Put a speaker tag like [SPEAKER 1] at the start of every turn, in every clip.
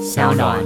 [SPEAKER 1] 小暖。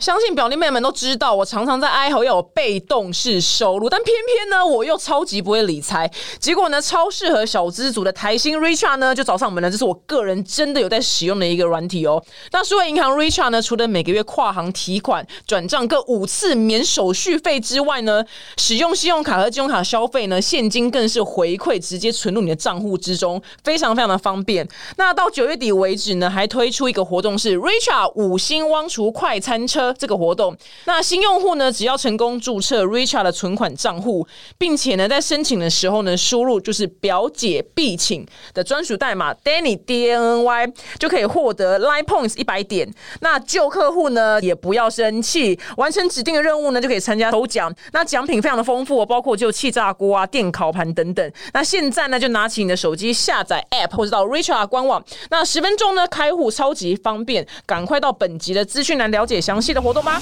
[SPEAKER 2] 相信表弟妹们都知道，我常常在哀嚎要有被动式收入，但偏偏呢，我又超级不会理财。结果呢，超适合小资族的台新 Richard 呢，就找上门了。这是我个人真的有在使用的一个软体哦。那数位银行 Richard 呢，除了每个月跨行提款、转账各五次免手续费之外呢，使用信用卡和金融卡消费呢，现金更是回馈直接存入你的账户之中，非常非常的方便。那到九月底为止呢，还推出一个活动是 Richard 五星汪厨快餐车。这个活动，那新用户呢，只要成功注册 Richard 的存款账户，并且呢，在申请的时候呢，输入就是表姐必请的专属代码 Danny D N N Y，就可以获得 Line Points 一百点。那旧客户呢，也不要生气，完成指定的任务呢，就可以参加抽奖。那奖品非常的丰富、哦，包括就气炸锅啊、电烤盘等等。那现在呢，就拿起你的手机下载 App 或者到 Richard 官网，那十分钟呢开户超级方便，赶快到本集的资讯栏了解详细的。活动吧。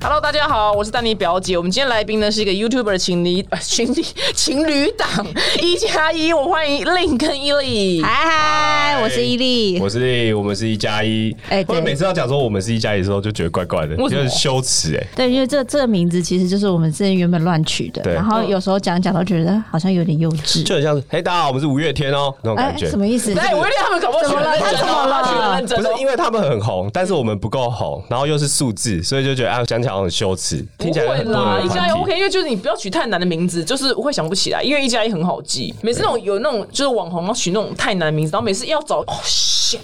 [SPEAKER 2] Hello，大家好，我是丹尼表姐。我们今天来宾呢是一个 YouTuber 情侣呃情侣 情侣档一加一，我欢迎令跟伊利。
[SPEAKER 3] 嗨嗨，我是伊利
[SPEAKER 4] 哎我。是丽，我们是一加一。
[SPEAKER 3] 哎
[SPEAKER 4] 哎，
[SPEAKER 3] 对
[SPEAKER 4] 我每次要讲说我们是一加一的时候，就觉得怪怪的，
[SPEAKER 2] 为
[SPEAKER 4] 有
[SPEAKER 2] 什么
[SPEAKER 4] 点羞耻哎。
[SPEAKER 3] 对，因为这这个名字其实就是我们之前原本乱取的，
[SPEAKER 4] 对
[SPEAKER 3] 然后有时候讲讲都觉得好像有点幼稚
[SPEAKER 4] 就。很像是，嘿，大家好，我们是五月天哦，那种感觉。
[SPEAKER 3] 什么意思？
[SPEAKER 2] 哎，我有点他们搞不好
[SPEAKER 3] 怎么了
[SPEAKER 2] 取得认真
[SPEAKER 3] 他怎么了
[SPEAKER 2] 他取得认真
[SPEAKER 4] 不
[SPEAKER 2] 哦
[SPEAKER 4] 是因为他们很红，但是我们不够红，然后又是数字，所以就觉得啊，讲起来很羞耻，听起来很
[SPEAKER 2] 不
[SPEAKER 4] 多
[SPEAKER 2] 会啦，
[SPEAKER 4] 人
[SPEAKER 2] 一
[SPEAKER 4] 的
[SPEAKER 2] 加一
[SPEAKER 4] 团
[SPEAKER 2] OK，
[SPEAKER 4] 体。
[SPEAKER 2] 因为就是你不要取太难的名字，就是我会想不起来，因为一加一很好记。每次那种有那种就是网红要取那种太难的名字，然后每次要找哦 shit，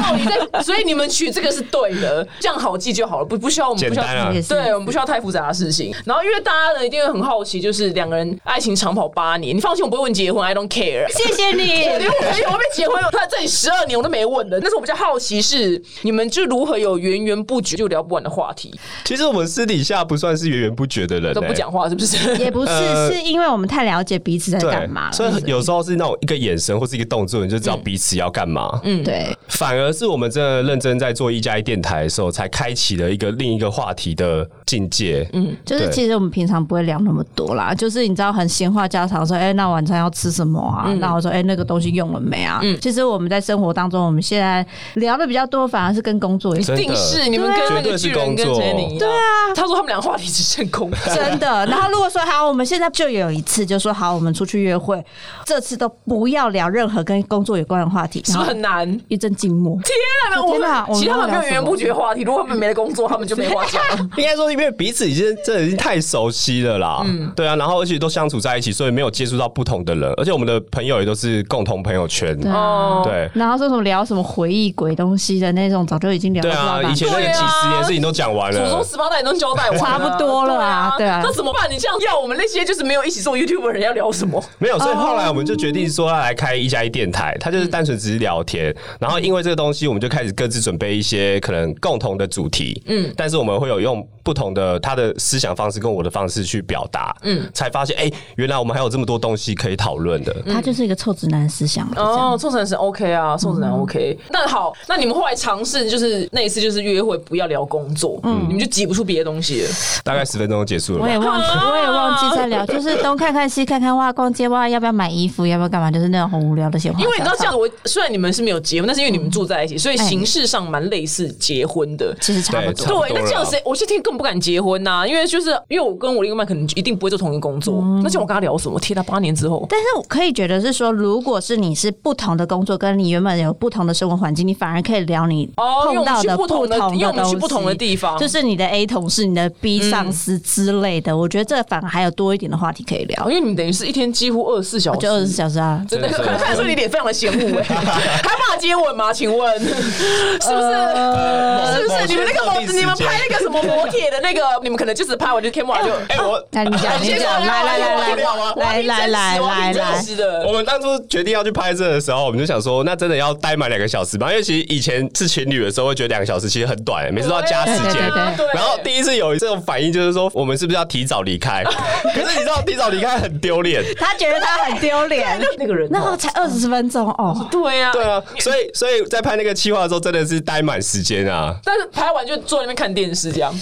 [SPEAKER 2] 到底在？所以你们取这个是对的，这样好记就好了，不不需要我们不需要
[SPEAKER 4] 简单啊
[SPEAKER 3] 也是
[SPEAKER 2] 对我们不需要太复杂的事情。然后因为大家呢一定会很好奇，就是两个人爱情长跑八年，你放心，我不会问结婚，I don't care。
[SPEAKER 3] 谢谢
[SPEAKER 2] 我
[SPEAKER 3] 你
[SPEAKER 2] 连。我朋友会被结婚，哦他这里十二年我都没问的。但是我比较好奇是，你们就如何有源源不绝就聊不完的话题，
[SPEAKER 4] 其实我们私底下不算是源源不绝的人，
[SPEAKER 2] 都不
[SPEAKER 4] 哎
[SPEAKER 2] 讲话是不是？
[SPEAKER 3] 也不是，
[SPEAKER 4] 呃
[SPEAKER 3] 是因为我们太了解彼此在干嘛
[SPEAKER 4] 对，所以
[SPEAKER 3] 了。
[SPEAKER 4] 有时候是那种一个眼神或是一个动作，你就知道彼此要干嘛。
[SPEAKER 3] 嗯对，
[SPEAKER 4] 反而是我们真的认真在做一加一电台的时候，才开启了一个另一个话题的境界。嗯，
[SPEAKER 3] 就是
[SPEAKER 4] 对
[SPEAKER 3] 其实我们平常不会聊那么多啦，就是你知道很闲话家常，说哎、那晚餐要吃什么啊？
[SPEAKER 4] 嗯
[SPEAKER 3] 那我说哎、那个东西用了没啊？其实我们在生活当中，我们现在聊的比较多，反而是跟工作有关
[SPEAKER 4] 真的
[SPEAKER 2] 定是你们跟那个巨人跟杰尼，对啊，他说他们俩话题只剩 空 气。
[SPEAKER 3] 真的。然后如果说好，我们现在就有一次就说好，我们出去约会，这次都不要聊任何跟工作有关的话题，
[SPEAKER 2] 是
[SPEAKER 3] 然
[SPEAKER 2] 不
[SPEAKER 3] 后
[SPEAKER 2] 是很难？
[SPEAKER 3] 一阵静默。
[SPEAKER 2] 天哪，我
[SPEAKER 3] 天哪
[SPEAKER 2] 们其他
[SPEAKER 3] 我
[SPEAKER 2] 人
[SPEAKER 3] 们
[SPEAKER 2] 没有源源不绝话题，如果他们没得工作，他们就没话 讲。
[SPEAKER 4] 应该说，因为彼此已经真的已经太熟悉了啦，对啊，然后而且都相处在一起，所以没有接触到不同的人，而且我们的朋友也都是共同朋友圈，
[SPEAKER 3] 对啊。
[SPEAKER 2] 哦，
[SPEAKER 4] 对
[SPEAKER 3] 然后说什么聊什么回忆鬼东西的那种，早就已经聊到
[SPEAKER 4] 对
[SPEAKER 3] 不知道
[SPEAKER 4] 啊，
[SPEAKER 3] 哪
[SPEAKER 4] 以前那个
[SPEAKER 2] 对啊
[SPEAKER 4] 几十年事情都讲完
[SPEAKER 2] 祖宗
[SPEAKER 4] 了，
[SPEAKER 2] 十八代都交代完了，
[SPEAKER 3] 差不多了啊对啊
[SPEAKER 2] 那怎么办？你这样要我们那些就是没有一起做 YouTube 的人要聊什 么？
[SPEAKER 4] 没有，所以后来我们就决定说要来开一加一电台，它就是单纯只是聊天，然后因为这个东西，我们就开始各自准备一些可能共同的主题，嗯，但是我们会有用不同的他的思想方式跟我的方式去表达，嗯，才发现哎、原来我们还有这么多东西可以讨论的，
[SPEAKER 3] 他就是一个臭直男思想嘛，就这样
[SPEAKER 2] 嗯哦，臭直男是 OK 啊，臭直男
[SPEAKER 3] 嗯
[SPEAKER 2] OK。那好，那你们后来尝试就是那一次就是约会不要聊工作，嗯，你们就挤不出别的东西了。
[SPEAKER 4] 大概十分钟就结束了吧。
[SPEAKER 3] 我也忘记，我也忘记在 聊，就是东看看西看看，哇，逛街哇，要不要买衣服，要不要干嘛，就是那种很无聊的闲话家
[SPEAKER 2] 因
[SPEAKER 3] 常。
[SPEAKER 2] 为你知道这样，我虽然你们是没有结婚，但是因为你们住在一起，所以形式上蛮类似结婚的。
[SPEAKER 3] 其实差不
[SPEAKER 4] 对
[SPEAKER 3] 多
[SPEAKER 4] 差。不
[SPEAKER 2] 对，
[SPEAKER 4] 多
[SPEAKER 2] 那这样
[SPEAKER 4] 了
[SPEAKER 2] 谁？我现在更不敢结婚呐、因为就是因为我跟我另一半可能一定不会做同一个工作，
[SPEAKER 3] 嗯
[SPEAKER 2] 那这样我跟他聊什么？贴他八年之后，
[SPEAKER 3] 但是我可以觉得是说，如果是你是不同的工作，跟你原本有不同的生活环境，你反而可以聊你
[SPEAKER 2] 哦因为我们
[SPEAKER 3] 碰到
[SPEAKER 2] 去
[SPEAKER 3] 的
[SPEAKER 2] 不同的
[SPEAKER 3] 同
[SPEAKER 2] 因为我们
[SPEAKER 3] 东
[SPEAKER 2] 去
[SPEAKER 3] 西，
[SPEAKER 2] 不同的地方
[SPEAKER 3] 就是你的 A 同事、你的 B 上司之类的。我觉得这反而还有多一点的话题可以聊
[SPEAKER 2] 啊，因，为你们等于是一天几乎二十四小时，
[SPEAKER 3] 就二十四小时啊。
[SPEAKER 2] 真的
[SPEAKER 4] 真的真的
[SPEAKER 2] 看出你脸非常的嫌 恶哎，还骂接吻吗？请问是不是？是不是
[SPEAKER 4] 某
[SPEAKER 2] 你们那个摩
[SPEAKER 4] 某些特定时
[SPEAKER 2] 你们
[SPEAKER 4] 间
[SPEAKER 2] 拍那个什么摩铁的那个，你们可能就只拍完就 camera 就。
[SPEAKER 4] 哎、我
[SPEAKER 3] 那你讲，
[SPEAKER 2] 哎
[SPEAKER 3] 你
[SPEAKER 2] 先
[SPEAKER 3] 讲，
[SPEAKER 2] 说
[SPEAKER 3] 来来来来
[SPEAKER 2] 我要听真实我
[SPEAKER 3] 来来来
[SPEAKER 2] 要
[SPEAKER 3] 来
[SPEAKER 2] 听真
[SPEAKER 3] 来，
[SPEAKER 2] 实的，
[SPEAKER 4] 我们当初决定要去拍摄的时候，我们就想说，那真的要待满两个小时吧？因为其实以前是情侣的时候，会觉得两个小时其实很短、每次都要加时
[SPEAKER 3] 对
[SPEAKER 4] 间
[SPEAKER 3] 对对。对
[SPEAKER 4] 然后第一次有这种反应，就是说我们是不是要提早离开？可是你知道提早离开 很丢脸，
[SPEAKER 3] 他觉得他很丢脸。
[SPEAKER 2] 那个人哦，
[SPEAKER 3] 那才二十分钟哦，
[SPEAKER 2] 对啊，
[SPEAKER 4] 对啊，所所以所以在拍那个企划的时候，真的是待满时间啊，
[SPEAKER 2] 但是拍完就坐在那边看电视这样。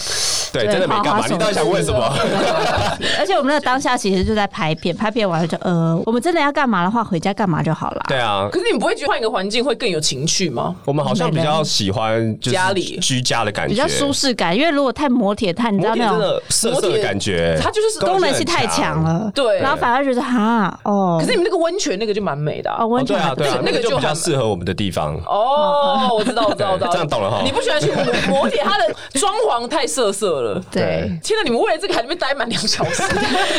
[SPEAKER 4] 对，
[SPEAKER 3] 对
[SPEAKER 4] 真的没干
[SPEAKER 3] 滑
[SPEAKER 4] 嘛。
[SPEAKER 3] 滑
[SPEAKER 4] 你到底
[SPEAKER 3] 手啊
[SPEAKER 4] 想问
[SPEAKER 3] 机
[SPEAKER 4] 什么？
[SPEAKER 3] 而且我们那个当下其实就在拍片，拍片完了就呃，我们真的要干嘛的话，回家干嘛就好啦。
[SPEAKER 4] 对啊，
[SPEAKER 2] 可是你们不会觉得换一个环境会更有情趣吗？
[SPEAKER 4] 我们好像比较喜欢就是
[SPEAKER 2] 家里
[SPEAKER 4] 居家的感觉，
[SPEAKER 3] 比较舒适感，因为如果太磨铁探，你知
[SPEAKER 4] 摩
[SPEAKER 3] 道
[SPEAKER 4] 铁
[SPEAKER 3] 那
[SPEAKER 4] 真
[SPEAKER 3] 种
[SPEAKER 4] 的色色的感觉，
[SPEAKER 2] 它就是
[SPEAKER 3] 功能
[SPEAKER 4] 性
[SPEAKER 3] 性太强。了，
[SPEAKER 2] 对
[SPEAKER 3] 然后反而觉得哈哦，
[SPEAKER 2] 可是你们那个温泉那个就蛮美的啊
[SPEAKER 3] 哦
[SPEAKER 4] 哦，
[SPEAKER 3] 温
[SPEAKER 4] 对
[SPEAKER 3] 泉
[SPEAKER 4] 啊，
[SPEAKER 3] 还不
[SPEAKER 4] 对啊，
[SPEAKER 2] 那个那个
[SPEAKER 4] 就
[SPEAKER 2] 就
[SPEAKER 4] 比较
[SPEAKER 2] 很
[SPEAKER 4] 适合我们的地方。
[SPEAKER 2] 哦，我知道，我知道，我 知道，
[SPEAKER 4] 这样懂了哈
[SPEAKER 2] 你不喜欢去摩铁，它的装潢太色色了。
[SPEAKER 4] 啊
[SPEAKER 3] 对，
[SPEAKER 2] 天哪，你们为了这个还在那边待满两小 时，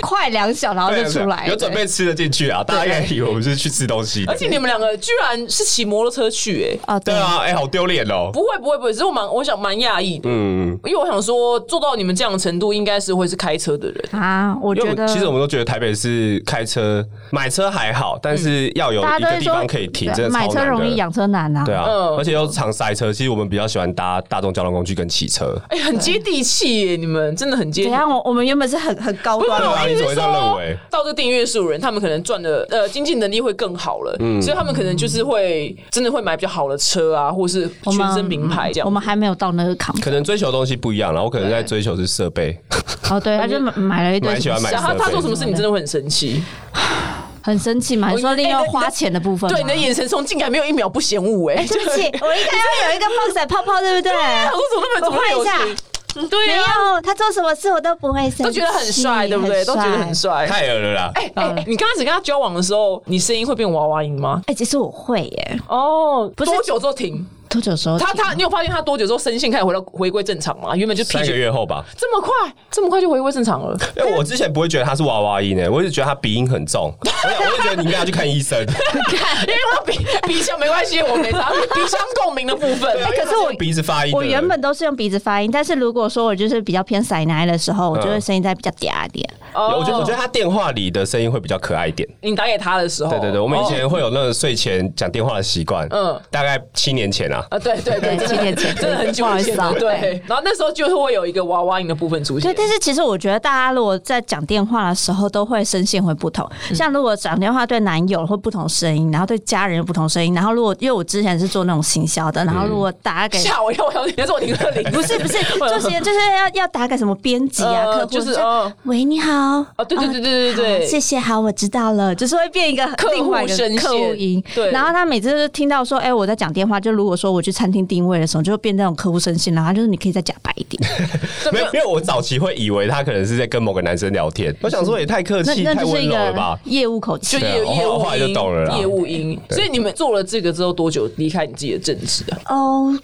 [SPEAKER 3] 快两小然后就出来，
[SPEAKER 4] 有准备吃的进去啊！大家应该以为我们是去吃东西的
[SPEAKER 2] 而。且你们两个居然是骑摩托车去、哎，
[SPEAKER 3] 啊，
[SPEAKER 4] 对啊，哎，好丢脸哦。
[SPEAKER 2] 不会，不会，不会，只是我蛮，我想蛮讶异的，
[SPEAKER 4] 嗯，
[SPEAKER 2] 因为我想说做到你们这样的程度，应该是会是开车的人。
[SPEAKER 3] 啊，我
[SPEAKER 4] 因为
[SPEAKER 3] 觉
[SPEAKER 4] 我
[SPEAKER 3] 得
[SPEAKER 4] 们其实我们都觉得台北市开车买车还好，但是要有
[SPEAKER 3] 嗯大
[SPEAKER 4] 一
[SPEAKER 3] 家都
[SPEAKER 4] 个
[SPEAKER 3] 会
[SPEAKER 4] 地
[SPEAKER 3] 说
[SPEAKER 4] 方可以停，真的
[SPEAKER 3] 买
[SPEAKER 4] 超
[SPEAKER 3] 车
[SPEAKER 4] 难
[SPEAKER 3] 容易，
[SPEAKER 4] 的。
[SPEAKER 3] 养车难啊，
[SPEAKER 4] 对啊
[SPEAKER 2] 嗯，
[SPEAKER 4] 而且又常塞车。其实我们比较喜欢搭大众交通工具跟骑车。
[SPEAKER 2] 哎、很接地气耶！你们真的很接地
[SPEAKER 3] 怎
[SPEAKER 2] 气。
[SPEAKER 3] 样？我我们原本是很很高端
[SPEAKER 4] 对
[SPEAKER 3] 的，
[SPEAKER 4] 啊，你怎么会这样认为？
[SPEAKER 2] 到这个订阅数人，他们可能赚的呃经济能力会更好了，
[SPEAKER 4] 嗯
[SPEAKER 2] 所以他们可能就是会真的会买比较好的车啊，或是
[SPEAKER 3] 我们嗯
[SPEAKER 2] 全身名牌这样。
[SPEAKER 3] 我们还没有到那个坎。
[SPEAKER 4] 可能追求的东西不一样，然后可能在追求是设备。
[SPEAKER 3] 哦， 对，他就买买了一堆
[SPEAKER 4] 蛮喜欢买
[SPEAKER 2] 想他
[SPEAKER 4] 设备
[SPEAKER 2] 他做什么事，你真的会很生气。
[SPEAKER 3] 很生气嘛？你说利用花钱的部分吗，
[SPEAKER 2] 对，你的眼神从竟然没有一秒不嫌恶哎，
[SPEAKER 3] 对不起，我应该要 有一个放闪泡泡，对不对？
[SPEAKER 4] 啊
[SPEAKER 2] 我怎么那么怎么会有
[SPEAKER 3] 我换一
[SPEAKER 2] 钱
[SPEAKER 4] 哦
[SPEAKER 2] 对啊
[SPEAKER 3] 没
[SPEAKER 2] 呀、
[SPEAKER 3] 有，他做什么事我都不会生气，
[SPEAKER 2] 都觉得很帅，对不对？都觉得很
[SPEAKER 3] 帅。
[SPEAKER 2] 帅。
[SPEAKER 3] 嗯
[SPEAKER 4] 太恶了啦！
[SPEAKER 2] 哎哎，哎你刚开始跟他交往的时候，你声音会变娃娃音吗？
[SPEAKER 3] 哎，其实我会耶，
[SPEAKER 2] 哦，
[SPEAKER 3] 是
[SPEAKER 2] 多久之后停？
[SPEAKER 3] 多久时候？
[SPEAKER 2] 他他，你有发现他多久之后声线开始回到回归正常吗？原本就
[SPEAKER 4] 三
[SPEAKER 2] 啤
[SPEAKER 4] 个
[SPEAKER 2] 酒，
[SPEAKER 4] 月后吧。
[SPEAKER 2] 这么快，这么快就回归正常 了。
[SPEAKER 4] 哎，我之前不会觉得他是娃娃音诶，欸我一直觉得他鼻音很重，我想我就觉得你应该要去看医生。哎
[SPEAKER 2] 因为我鼻鼻腔没关系，我没啥鼻腔共鸣的部分。
[SPEAKER 4] 对啊
[SPEAKER 2] 哎
[SPEAKER 3] 可是我
[SPEAKER 4] 因为他用鼻子发音的，
[SPEAKER 3] 我原本都是用鼻子发音，但是如果说我就是比较偏塞奶的时候，我就会声音再比较嗲一点。
[SPEAKER 2] 哦
[SPEAKER 4] 我觉得我觉得他电话里的声音会比较可爱一点。
[SPEAKER 2] 你打给他的时候，
[SPEAKER 4] 对对对，我们以前
[SPEAKER 2] 哦
[SPEAKER 4] 会有那个睡前讲电话的习惯，
[SPEAKER 2] 嗯
[SPEAKER 4] 嗯，大概七年前啊。
[SPEAKER 2] 啊，对对对，
[SPEAKER 3] 对
[SPEAKER 2] 真的
[SPEAKER 3] 七年前
[SPEAKER 2] 真的很久以前
[SPEAKER 3] 不好
[SPEAKER 2] 了
[SPEAKER 3] 意思啊
[SPEAKER 2] 对。然后那时候就会有一个娃娃音的部分出
[SPEAKER 3] 对，
[SPEAKER 2] 现。
[SPEAKER 3] 但是其实我觉得大家如果在讲电话的时候，都会声线会不同。像如果讲电话对男友会不同声音，然后对家人有不同声音，然后如果因为我之前是做那种行销的，然后如果打给、
[SPEAKER 2] 吓我一跳！我想你是我零二零，
[SPEAKER 3] 不是 不是，就是就是要要打给什么编辑啊、
[SPEAKER 2] 呃
[SPEAKER 3] 客户，
[SPEAKER 2] 就是哦
[SPEAKER 3] 喂你好，
[SPEAKER 2] 哦对对对对对对
[SPEAKER 3] 好谢谢，好我知道了，就是会变一个
[SPEAKER 2] 客户
[SPEAKER 3] 另外一个
[SPEAKER 2] 声线
[SPEAKER 3] 客户音，
[SPEAKER 2] 对
[SPEAKER 3] 然后他每次就听到说，哎、我在讲电话，就如果说我去餐厅定位的时候，就会变那种客户声线，啊然后他就是你可以再假白一 点，
[SPEAKER 2] 对
[SPEAKER 4] 没有，因为我早期会以为他可能是在跟某个男生聊天，我想说也太客
[SPEAKER 3] 那
[SPEAKER 4] 气、
[SPEAKER 3] 那
[SPEAKER 4] 太
[SPEAKER 3] 就是
[SPEAKER 4] 温
[SPEAKER 3] 一
[SPEAKER 4] 柔了
[SPEAKER 3] 个
[SPEAKER 4] 吧。
[SPEAKER 3] 业务口
[SPEAKER 2] 就。
[SPEAKER 3] 气
[SPEAKER 2] 业
[SPEAKER 4] 对啊
[SPEAKER 2] 业
[SPEAKER 4] 我后
[SPEAKER 2] 务
[SPEAKER 4] 来就
[SPEAKER 2] 音，
[SPEAKER 4] 懂了啦
[SPEAKER 2] 业务音。所以你们做了这个之后多久离开你自己的正职啊？
[SPEAKER 3] 哦，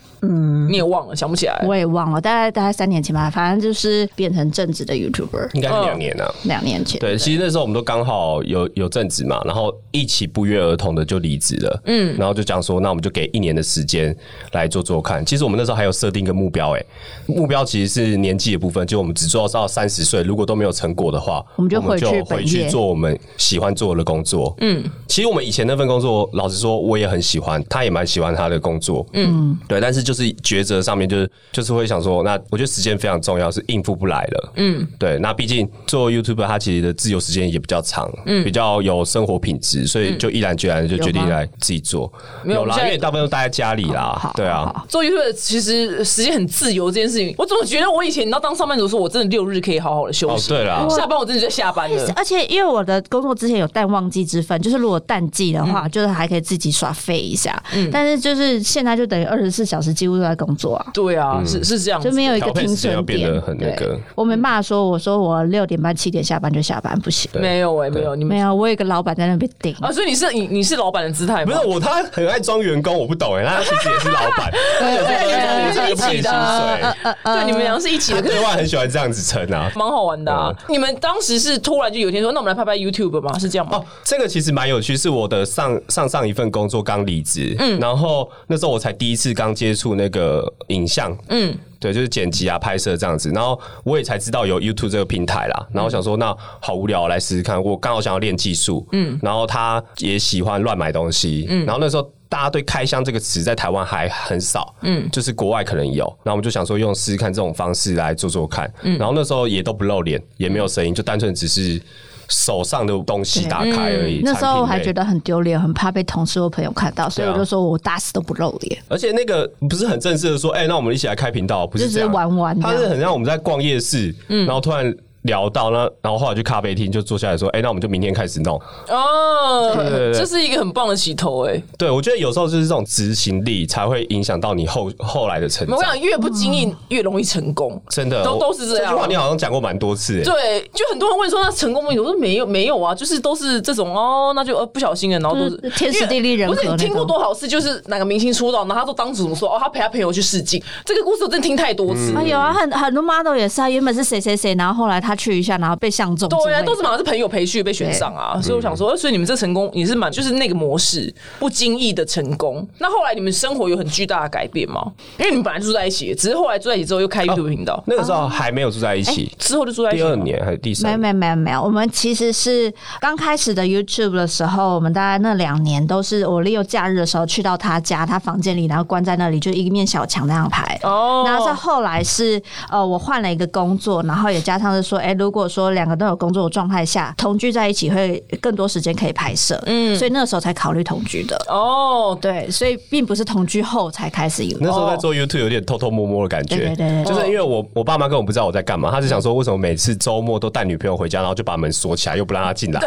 [SPEAKER 2] 你也忘了，想不起来。
[SPEAKER 3] 我也忘了，大概大概三年前吧，反正就是变成正职的 YouTuber，
[SPEAKER 4] 应该是两年啊，
[SPEAKER 3] 两年前。
[SPEAKER 4] 对，其实那时候我们都刚好有有正职嘛，然后一起不约而同的就离职了，嗯，然后就讲说，那我们就给一年的时间来做做看。其实我们那时候还有设定一个目标、欸，目标其实是年纪的部分，就我们只做到三十岁，如果都没有成果的话，
[SPEAKER 3] 我们就回去
[SPEAKER 4] 回
[SPEAKER 3] 本
[SPEAKER 4] 去
[SPEAKER 3] 业
[SPEAKER 4] 做我们喜欢做的工作，嗯，其实我们以前那份工作，老实说我也很喜欢，他也蛮喜欢他的工作，嗯，对，但是就是抉择上面就是就是会想说，那我觉得时间非常重要，是应付不来的，嗯，对，那毕竟做 YouTube 他其实的自由时间也比较长，嗯，比较有生活品质，所以就毅然决然地就决定
[SPEAKER 3] 有吗
[SPEAKER 4] 来自己做，
[SPEAKER 2] 嗯没有
[SPEAKER 4] 有啦
[SPEAKER 2] 我，们现在
[SPEAKER 4] 因为大部分都待在家里啦
[SPEAKER 3] 好，
[SPEAKER 4] 对
[SPEAKER 3] 好
[SPEAKER 4] 啊
[SPEAKER 3] 好。
[SPEAKER 2] 做 YouTube 其实时间很自由这件事情，我总觉得我以前你知道当上班族的时候，我真的六日可以好好的休
[SPEAKER 4] 哦，
[SPEAKER 2] 息，
[SPEAKER 4] 对啦，
[SPEAKER 2] 下班我真的就下班了。
[SPEAKER 3] 而且因为我的工作之前有淡旺季之分，就是如果淡季的
[SPEAKER 4] 嗯
[SPEAKER 3] 话，就是还可以自己耍废一下。但是就是现在就等于二十四小时几乎都在工作啊，
[SPEAKER 2] 对啊，
[SPEAKER 4] 嗯
[SPEAKER 2] 是是这样子，
[SPEAKER 3] 就没有一个
[SPEAKER 4] 哦调配
[SPEAKER 3] 停
[SPEAKER 4] 时间要
[SPEAKER 3] 损
[SPEAKER 4] 变
[SPEAKER 3] 点
[SPEAKER 4] 得。很那个，
[SPEAKER 3] 我没办法说，我说我六点半七点下班就下班，不
[SPEAKER 4] 嗯
[SPEAKER 3] 行。
[SPEAKER 2] 没有哎、没有你们
[SPEAKER 3] 没有，我有一个老板在那边顶。
[SPEAKER 4] 哦
[SPEAKER 2] 啊，所以你是你你是老板的姿态
[SPEAKER 4] 不
[SPEAKER 2] 吗
[SPEAKER 4] 是？我，他很爱装员工，我不懂哎，他其实也是老板，他有时 候
[SPEAKER 2] 对对对
[SPEAKER 4] 就是
[SPEAKER 2] 一起的
[SPEAKER 4] 薪水，
[SPEAKER 3] 呃
[SPEAKER 2] 对，你们俩是一起
[SPEAKER 4] 他
[SPEAKER 2] 的，可
[SPEAKER 4] 对
[SPEAKER 2] 是
[SPEAKER 4] 外很喜欢这样子称啊。
[SPEAKER 2] 蛮好玩的啊。你们当时是突然就有一天说，那我们来拍拍 YouTube 吗？是这样吗
[SPEAKER 4] 哦？，这个其实蛮有趣，是我的上上上一份工作刚离职，嗯，然后那时候我才第一次刚接触那个影像，嗯，对，就是剪辑啊、拍摄这样子，然后我也才知道有 YouTube 这个平台啦，然后我想说那好无聊，来试试看，我刚好想要练技术，嗯，然后他也喜欢乱买东西，嗯，然后那时候。大家对开箱这个词在台湾还很少，嗯，就是国外可能有，然后我们就想说用试试看这种方式来做做看，嗯，然后那时候也都不露脸，也没有声音，就单纯只是手上的东西打开而已。
[SPEAKER 3] 那时候我还觉
[SPEAKER 4] 得。
[SPEAKER 3] 得很丢脸，很怕被同事或朋友看到，所以
[SPEAKER 4] 对啊
[SPEAKER 3] 我就说我打死都不露脸。
[SPEAKER 4] 而且那个不是很正式的说，哎、那我们一起来开频道，不是
[SPEAKER 3] 就只
[SPEAKER 4] 这样
[SPEAKER 3] 是玩玩
[SPEAKER 4] 他
[SPEAKER 3] 这
[SPEAKER 4] 是
[SPEAKER 3] 样
[SPEAKER 4] 很像我们在逛夜市，然后突然聊到那，然后后来去咖啡厅就坐下来说，哎、那我们就明天开始弄。
[SPEAKER 2] 哦，
[SPEAKER 4] 对对对
[SPEAKER 2] 这是一个很棒的起头哎、
[SPEAKER 4] 对我觉得有时候就是这种执行力才会影响到你后后来的成
[SPEAKER 2] 我
[SPEAKER 4] 长
[SPEAKER 2] 跟你。讲，越不经意越容易成功，
[SPEAKER 4] 真的，
[SPEAKER 2] 啊都
[SPEAKER 4] 我
[SPEAKER 2] 都是这样。
[SPEAKER 4] 句话你好像讲过蛮多次、哎
[SPEAKER 2] 对，就很多人问说那成功不？我说没有没有啊，就是都是这种哦，那就呃不小心的，然后都是
[SPEAKER 3] 就是天时地利人和
[SPEAKER 2] 不是你
[SPEAKER 3] 那
[SPEAKER 2] 听过
[SPEAKER 3] 种
[SPEAKER 2] 多少次？就是哪个明星出道，然后他都当主说哦，他陪他朋友去试镜，这个故事我真的听太多次。
[SPEAKER 3] 啊，有啊，很很多 model 也是啊，原本是谁谁谁，然后后来他去一下，然后被相中之类的。
[SPEAKER 2] 对啊，都是马上是朋友培训被选上啊，所以我想说，呃所以你们这成功也是蛮就是那个模式不经意的成功。那后来你们生活有很巨大的改变吗？因为你们本来住在一起，只是后来住在一起之后又开 YouTube 频道，
[SPEAKER 4] 那个时候还没有住在一起，
[SPEAKER 2] 之后就住在一起
[SPEAKER 4] 第
[SPEAKER 2] 了。
[SPEAKER 4] 二年还是第
[SPEAKER 3] 没有
[SPEAKER 4] 三
[SPEAKER 3] 没
[SPEAKER 4] 年？
[SPEAKER 3] 有没有没有，我们其实是刚开始的 YouTube 的时候，我们大概那两年都是我利用假日的时候去到他家，他房间里，然后关在那里，就一面小墙那样拍。
[SPEAKER 2] 哦
[SPEAKER 3] 然后再后来是呃，我换了一个工作，然后也加上是说，哎、如果说两个都有工作的状态下，同居在一起会更多时间可以拍摄，嗯，所以那个时候才考虑同居的。
[SPEAKER 2] 哦，
[SPEAKER 3] 对，所以并不是同居后才开始有
[SPEAKER 4] 那时候在做 YouTube 有点偷偷摸摸的感觉，
[SPEAKER 3] 对对对对
[SPEAKER 4] 就是因为我我爸妈根本不知道我在干嘛，他就想说为什么每次周末都带女朋友回家，然后就把门锁起来，又不让她进来，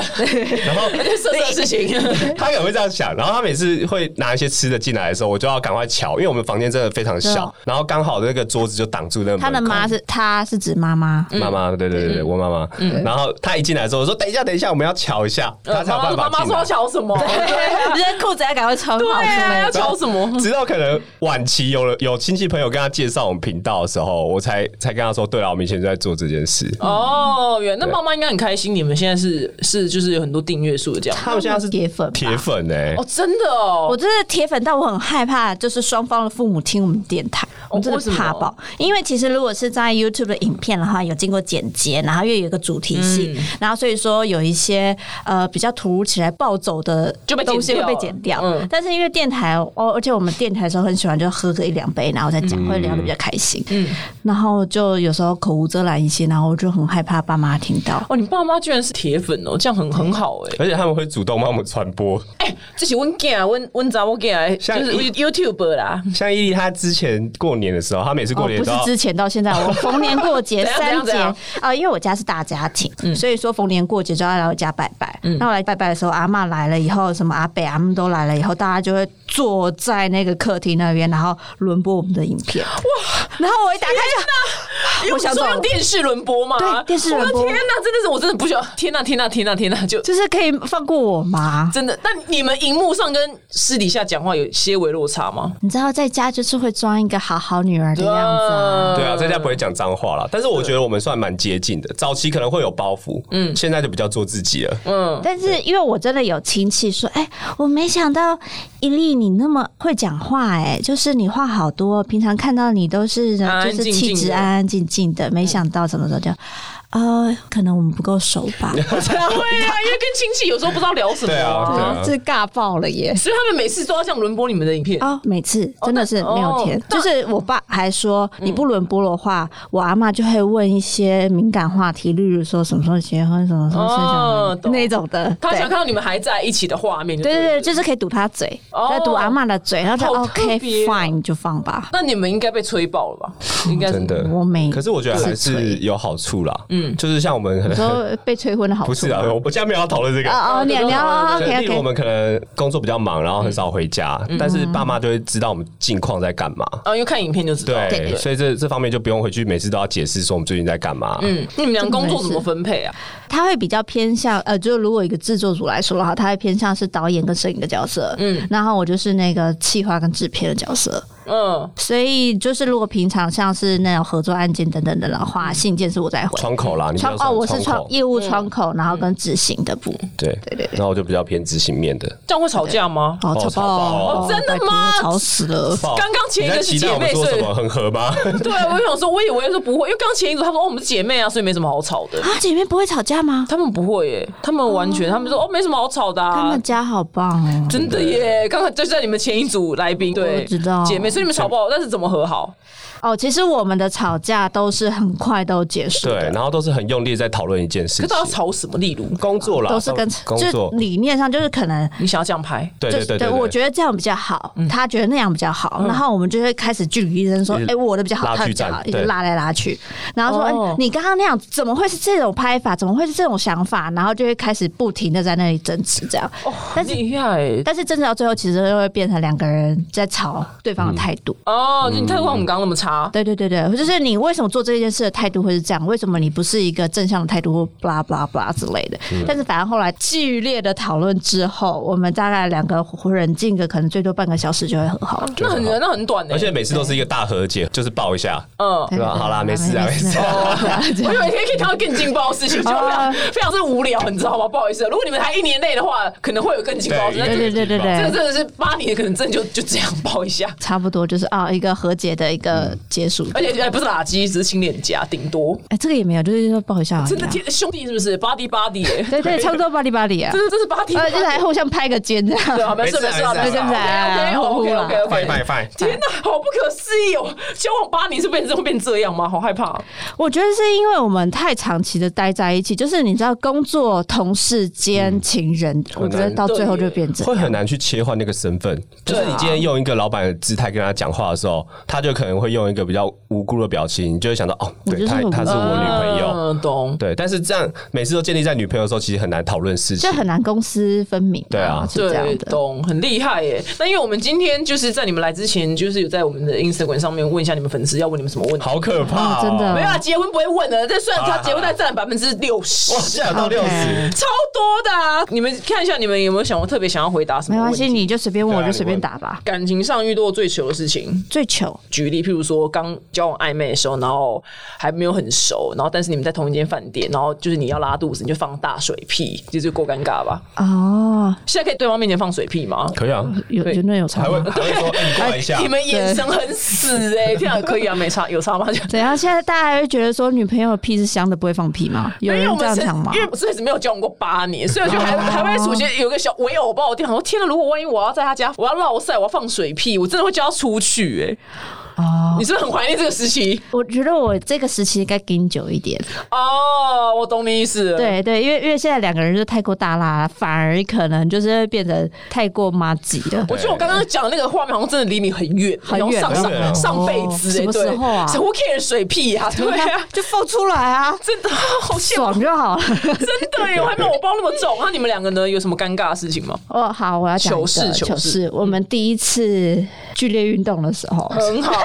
[SPEAKER 4] 然后
[SPEAKER 2] 这色色的事情。
[SPEAKER 4] 他可能会这样想，然后他每次会拿一些吃的进来的时候，我就要赶快瞧，因为我们房间真的非常
[SPEAKER 3] 对
[SPEAKER 4] 小
[SPEAKER 3] 哦，
[SPEAKER 4] 然后刚好那个桌子就挡住那个门口。
[SPEAKER 3] 他的妈嗯是他是指妈 妈，
[SPEAKER 4] 妈妈，对对对对，我妈妈。
[SPEAKER 3] 嗯
[SPEAKER 4] 然后他一进来的时候，我说等一下，等一下，我们要瞧一下，他才有
[SPEAKER 2] 妈妈
[SPEAKER 4] 办法
[SPEAKER 2] 妈
[SPEAKER 4] 进
[SPEAKER 2] 说要
[SPEAKER 4] 来。
[SPEAKER 2] 瞧什 么？
[SPEAKER 3] 人家裤子要赶快穿好
[SPEAKER 2] 对
[SPEAKER 3] 之
[SPEAKER 2] 啊，
[SPEAKER 3] 类
[SPEAKER 2] 要
[SPEAKER 3] 的。
[SPEAKER 2] 瞧什么？
[SPEAKER 4] 直到可能晚期有了有亲戚朋友跟他介绍我们频道的时候，我才才跟他说，对了，我们以前就在做这件事。
[SPEAKER 2] 哦，原那妈妈应该很开心，你们现在是是就是有很多订阅数这样。
[SPEAKER 4] 他们现在是
[SPEAKER 3] 铁粉吧
[SPEAKER 4] 铁粉哎
[SPEAKER 2] 哦，，真的哦，
[SPEAKER 3] 我真的铁粉到我很害怕，就是双方的父母听我们电台，
[SPEAKER 2] 哦
[SPEAKER 3] 我真的怕爆。因为其实如果是在 YouTube 的影片的话，有经过剪接，然后又有一个主题性，
[SPEAKER 2] 嗯
[SPEAKER 3] 然后所以说有一些呃比较突如其来暴走的
[SPEAKER 2] 就被剪
[SPEAKER 3] 东西会
[SPEAKER 2] 掉
[SPEAKER 3] 被
[SPEAKER 2] 了
[SPEAKER 3] 剪掉。
[SPEAKER 2] 嗯
[SPEAKER 3] 但是因为电台哦，而且我们电台的时候很喜欢就喝个一两杯，然后再讲，会聊得比较开心。嗯，然后就有时候口无遮拦一些，然后我就很害怕爸妈听到。
[SPEAKER 2] 哦，你爸妈居然是铁粉哦，这样很很好哎、
[SPEAKER 4] 而且他们会主动帮我们传播。
[SPEAKER 3] 哎
[SPEAKER 2] 这是温 gay 啊，温温查我 gay 啊，就
[SPEAKER 4] 像
[SPEAKER 2] 是 YouTube 啦。
[SPEAKER 4] 像伊利，他之前过年的时候，他每次过
[SPEAKER 3] 哦，
[SPEAKER 4] 年
[SPEAKER 3] 不
[SPEAKER 4] 都
[SPEAKER 3] 是
[SPEAKER 4] 要
[SPEAKER 3] 之前到现在，我逢年过节
[SPEAKER 2] 怎样
[SPEAKER 3] 三
[SPEAKER 2] 怎
[SPEAKER 3] 节
[SPEAKER 2] 样嗯
[SPEAKER 3] 啊、因为我家是大家庭，所以说逢年过节就要来我家拜拜。那我来拜拜的时候，阿嬷来了以后，什么阿伯阿姆都来了以后，大家就会坐在那个客厅那边，然后轮播我们的影片。哇！ 然后我一打开就，
[SPEAKER 2] 因
[SPEAKER 3] 我
[SPEAKER 2] 为
[SPEAKER 3] 想走
[SPEAKER 2] 说用
[SPEAKER 3] 了。
[SPEAKER 2] 电视轮播吗？
[SPEAKER 3] 对电视轮播
[SPEAKER 2] 我的天哪，真的是我真的不需要，天哪，天哪，天哪，天哪， 就
[SPEAKER 3] 就是可以放过我吗？
[SPEAKER 2] 真的。但你们荧幕上跟私底下讲话有些微落差吗？
[SPEAKER 3] 你知道在家就是会装一个好好女儿的样子啊。
[SPEAKER 4] 对啊，在家不会讲脏话啦，但是我觉得我们算蛮接近的。早期可能会有包袱，嗯，现在就比较做自己了。
[SPEAKER 3] 但是因为我真的有亲戚说，哎、我没想到伊利你那么会讲话、哎，就是你话好多，平常看到你都是呃
[SPEAKER 2] 安安
[SPEAKER 3] 就是
[SPEAKER 2] 静
[SPEAKER 3] 气
[SPEAKER 2] 静
[SPEAKER 3] 质
[SPEAKER 2] 的
[SPEAKER 3] 安安静静的，没想到怎么怎么就，呃，可能我们不够熟吧，
[SPEAKER 2] 对啊，因为跟亲戚有时候不知道聊什么、
[SPEAKER 4] 对啊对
[SPEAKER 2] 哦
[SPEAKER 4] 啊
[SPEAKER 3] 这尬爆了耶。
[SPEAKER 2] 所以他们每次都要这样轮播你们的影片。
[SPEAKER 3] 哦，每次真的是
[SPEAKER 2] 那
[SPEAKER 3] 没有
[SPEAKER 2] 哦
[SPEAKER 3] 天，
[SPEAKER 2] 那
[SPEAKER 3] 就是我爸还说你不轮播的话，我阿妈就会问一些敏感话题，例如说什么时候结婚，什么时候生
[SPEAKER 2] 哦
[SPEAKER 3] 小孩
[SPEAKER 2] 懂
[SPEAKER 3] 那种的。
[SPEAKER 2] 他
[SPEAKER 3] 对
[SPEAKER 2] 想看到你们还在一起的画面。
[SPEAKER 3] 对
[SPEAKER 2] 对
[SPEAKER 3] 对
[SPEAKER 2] 了
[SPEAKER 3] 对，。就是可以堵他嘴，
[SPEAKER 2] 哦
[SPEAKER 3] 要堵阿嬷的嘴，然后就
[SPEAKER 2] 好特
[SPEAKER 3] OK
[SPEAKER 2] 别哦
[SPEAKER 3] fine 就放 吧。
[SPEAKER 2] 那你们应该被吹爆了吧？应该是
[SPEAKER 4] 真的，
[SPEAKER 3] 我没
[SPEAKER 4] 可是我觉得还
[SPEAKER 3] 自
[SPEAKER 4] 是
[SPEAKER 3] 吹
[SPEAKER 4] 有好处啦。嗯，就是像我们可
[SPEAKER 3] 有时
[SPEAKER 4] 能
[SPEAKER 3] 候被催婚的好处
[SPEAKER 4] 不是啊，我我现在没有要讨论这个。
[SPEAKER 3] 哦哦哦，你
[SPEAKER 2] 对对
[SPEAKER 3] 你要
[SPEAKER 4] 就
[SPEAKER 3] OK 嗯
[SPEAKER 4] 例如我
[SPEAKER 3] OK，
[SPEAKER 4] 们可能工作比较忙，然后很少回家，但是爸妈就会知道我们近况在干嘛。
[SPEAKER 2] 啊，因为看影片就知道。
[SPEAKER 3] 嗯
[SPEAKER 4] 对，所以这这方面就不用回去每次都要解释说我们最近在干嘛。
[SPEAKER 2] 嗯，你们俩工作怎么分配啊？
[SPEAKER 3] 他会比较偏向呃，就如果一个制作组来说的话，他会偏向是导演跟摄影的角色，嗯，然后我就是那个企划跟制片的角色，
[SPEAKER 2] 嗯，
[SPEAKER 3] 所以就是如果平常像是那种合作案件等等等的话，信件是我在回。
[SPEAKER 4] 窗口嗯啦，你比
[SPEAKER 3] 窗哦，
[SPEAKER 4] 较算
[SPEAKER 3] 我是
[SPEAKER 4] 窗
[SPEAKER 3] 窗
[SPEAKER 4] 口
[SPEAKER 3] 业务窗口，然后跟执行的部，
[SPEAKER 2] 嗯
[SPEAKER 4] 对
[SPEAKER 3] 对对对
[SPEAKER 4] 然后我就比较偏执行面的。
[SPEAKER 2] 这样会吵架吗？
[SPEAKER 3] 好
[SPEAKER 4] 哦
[SPEAKER 3] 吵
[SPEAKER 4] 吵
[SPEAKER 3] 爆
[SPEAKER 4] 爆
[SPEAKER 2] 哦！
[SPEAKER 3] 哦
[SPEAKER 2] 真的
[SPEAKER 3] 拜托
[SPEAKER 2] 吗
[SPEAKER 3] 吵死 了！
[SPEAKER 4] 爆
[SPEAKER 2] 刚刚前一个是
[SPEAKER 4] 你在期待我们
[SPEAKER 2] 姐妹
[SPEAKER 4] 做
[SPEAKER 2] 所
[SPEAKER 4] 什
[SPEAKER 2] 以
[SPEAKER 4] 么很合吗？
[SPEAKER 3] 哦
[SPEAKER 2] 对，啊我想说，我以为说不会，因为刚前一组他说哦，我们是姐妹啊，所以没什么好吵的。
[SPEAKER 3] 啊，姐妹不会吵架吗？
[SPEAKER 2] 他们不会耶，他们完全，他们说哦，没什么好吵的
[SPEAKER 3] 他
[SPEAKER 2] 啊
[SPEAKER 3] 们。家好棒哦！
[SPEAKER 2] 真的耶，刚才就是在你们前一组来宾，对，
[SPEAKER 3] 知道
[SPEAKER 2] 姐妹每次你们吵不好，但是怎么和好？
[SPEAKER 3] 哦，其实我们的吵架都是很快都结束
[SPEAKER 4] 对，
[SPEAKER 3] 的。
[SPEAKER 4] 然后都是很用力在讨论一件事
[SPEAKER 2] 可到底要
[SPEAKER 4] 情，
[SPEAKER 2] 吵什么？例如，
[SPEAKER 4] 工作啦，
[SPEAKER 3] 都是跟
[SPEAKER 4] 工
[SPEAKER 3] 就
[SPEAKER 4] 作，
[SPEAKER 3] 理念上就是可能
[SPEAKER 2] 你想要这样拍，
[SPEAKER 4] 对
[SPEAKER 3] 就
[SPEAKER 4] 对
[SPEAKER 3] 是
[SPEAKER 4] 对对，
[SPEAKER 3] 我觉得这样比较好，他觉得那样比较好，然后我们就会开始据理力争，说
[SPEAKER 4] 一，直
[SPEAKER 3] 哎，我的比较好，
[SPEAKER 4] 嗯拉
[SPEAKER 3] 他的
[SPEAKER 4] 锯
[SPEAKER 3] 比较
[SPEAKER 4] 战
[SPEAKER 3] 好，一直
[SPEAKER 4] 对
[SPEAKER 3] 拉来拉去，然后说，
[SPEAKER 2] 哦
[SPEAKER 3] 哎，你刚刚那样怎么会是这种拍法？怎么会是这种想法？然后就会开始不停的在那里争执，这样。但是
[SPEAKER 2] 厉害
[SPEAKER 3] 但是争执到最后，其实就会变成两个人在吵对
[SPEAKER 4] 嗯
[SPEAKER 3] 方的态度。
[SPEAKER 2] 哦！你态度和我们刚刚那么差，
[SPEAKER 3] 对对对对，就是你为什么做这件事的态度会是这样？为什么你不是一个正向的态度或 blah blah blah 之类的？但是反而后来剧烈的讨论之后，我们大概两个冷静个可能最多半个小时就会很好。
[SPEAKER 2] 那很
[SPEAKER 4] 觉得
[SPEAKER 2] 那很短的，
[SPEAKER 4] 而且每次都是一个大和解，就是抱一下，
[SPEAKER 2] 嗯。
[SPEAKER 3] 对
[SPEAKER 4] 哦
[SPEAKER 3] 哦
[SPEAKER 4] 对吧？好啦，没事啊，没事。啊。
[SPEAKER 2] 我以为可以看到更劲爆的事情，就非常非常是无聊，你知道吗？不好意思，如果你们还一年内的话，可能会有更劲爆的。
[SPEAKER 4] 对
[SPEAKER 2] 但
[SPEAKER 3] 对
[SPEAKER 2] 是
[SPEAKER 3] 对对对
[SPEAKER 2] 这个真
[SPEAKER 3] 对，
[SPEAKER 2] 的是八年，可能真的就就这样爆一下，
[SPEAKER 3] 差不多就是啊，一个和解的一个
[SPEAKER 4] 嗯
[SPEAKER 3] 结束。
[SPEAKER 2] 而且哎不是垃圾，只是亲脸颊，顶多
[SPEAKER 3] 哎，这个也没有，就是说抱一下而已啊。
[SPEAKER 2] 真的天兄弟是不是？巴蒂巴蒂，欸
[SPEAKER 3] 对对，差不多巴里巴里啊
[SPEAKER 2] 这，是这是巴蒂，
[SPEAKER 3] 呃，就是还互相拍个肩这
[SPEAKER 2] 对
[SPEAKER 3] 样。
[SPEAKER 2] 啊，没事没
[SPEAKER 4] 没
[SPEAKER 2] 事
[SPEAKER 4] 事
[SPEAKER 2] 啊，
[SPEAKER 4] 没事
[SPEAKER 2] ，OK OK OK OK，
[SPEAKER 4] 拜拜拜。
[SPEAKER 2] 天哪，好不可思议哦！交往八年是变成会变这样吗？好害怕哦。
[SPEAKER 3] 我觉得是因为我们太长期的待在一起，就是你知道，工作、同事间、
[SPEAKER 4] 嗯
[SPEAKER 3] 情人，我觉得到最后就变这样。
[SPEAKER 4] 会很难去切换那个身份，就是
[SPEAKER 3] 啊
[SPEAKER 4] 你今天用一个老板的姿态跟他讲话的时候，他就可能会用一个比较无辜的表情，你就会想到哦，
[SPEAKER 3] 我就
[SPEAKER 4] 对，
[SPEAKER 3] 是
[SPEAKER 4] 他
[SPEAKER 3] 很
[SPEAKER 4] 他是我女朋友，
[SPEAKER 2] 嗯，懂。
[SPEAKER 4] 对。但是这样每次都建立在女朋友的时候，其实很难讨论事情
[SPEAKER 3] 就。很难公私分明、
[SPEAKER 4] 对啊
[SPEAKER 3] 是这样的。
[SPEAKER 2] 懂，很厉害耶。那因为我们今天就是在你们来之前，就是有在我们的 Instagram 上面问一下你们粉丝要问你们什么问题。
[SPEAKER 4] 好可怕、
[SPEAKER 3] 哦真的
[SPEAKER 2] 没有啊，结婚不会问的，但虽然他结婚，但占了百分之六十
[SPEAKER 4] 哇，，下有到六
[SPEAKER 3] OK
[SPEAKER 4] 十，
[SPEAKER 2] 超多的啊！你们看一下，你们有没有想要特别想要回答什
[SPEAKER 3] 没
[SPEAKER 2] 么问
[SPEAKER 3] 关
[SPEAKER 2] 题？
[SPEAKER 3] 系，你就随便问，
[SPEAKER 4] 对啊
[SPEAKER 3] 我就随便打吧。
[SPEAKER 2] 感情上遇到最糗的事情，
[SPEAKER 3] 最糗，
[SPEAKER 2] 举例，譬如说刚交往暧昧的时候，然后还没有很熟，然后但是你们在同一间饭店，然后就是你要拉肚子，你就放大水屁，这就够尴尬吧？
[SPEAKER 3] 哦，
[SPEAKER 2] 现在可以对方面前放水屁吗？
[SPEAKER 4] 可以啊，
[SPEAKER 3] 有
[SPEAKER 2] 对
[SPEAKER 3] 有那有差
[SPEAKER 4] 还会
[SPEAKER 3] 吗？
[SPEAKER 4] 还会说哎你过来一下
[SPEAKER 2] 你，们眼神很死哎、欸，这样可以啊，没差，有差吗？就
[SPEAKER 3] 怎样？现在大家还会觉得说女朋友的屁是香的，不会放屁 吗？ 有
[SPEAKER 2] 因为
[SPEAKER 3] 人
[SPEAKER 2] 我
[SPEAKER 3] 这
[SPEAKER 2] 们
[SPEAKER 3] 样
[SPEAKER 2] 是
[SPEAKER 3] 讲吗
[SPEAKER 2] 因？为我这辈子没有交往过八年，所以我就还还会出现有个小唯偶吧。我店想说，天哪！如果万一我要在他家，我要落塞，我要放水屁，我真的会叫他出去哎、
[SPEAKER 3] 哦，
[SPEAKER 2] 你是不是很怀念这个时期？
[SPEAKER 3] 我觉得我这个时期应该盯久一点。
[SPEAKER 2] 哦，我懂你意思了。
[SPEAKER 3] 对对，因为因为现在两个人就太过大啦，反而可能就是会变得太过妈吉了。
[SPEAKER 2] 我觉得我刚刚讲的那个画面好像真的离你很远，
[SPEAKER 3] 很远
[SPEAKER 2] 然后上
[SPEAKER 4] 很远
[SPEAKER 2] 上
[SPEAKER 4] 哦
[SPEAKER 2] 上辈子哎、
[SPEAKER 3] 什么
[SPEAKER 2] 对
[SPEAKER 3] 时候啊
[SPEAKER 2] ？Who care 水屁呀、对啊，
[SPEAKER 3] 就放出来啊，
[SPEAKER 2] 真的好羡慕
[SPEAKER 3] 爽，就 好了。
[SPEAKER 2] 真的耶！我还没有我包那么重。啊那你们两个呢？有什么尴尬的事情吗？
[SPEAKER 3] 哦，好，我要讲一
[SPEAKER 2] 糗事
[SPEAKER 3] 个
[SPEAKER 2] 糗
[SPEAKER 3] 糗
[SPEAKER 2] 事
[SPEAKER 3] 事。我们第一次剧烈运动的时候，
[SPEAKER 2] 很 好，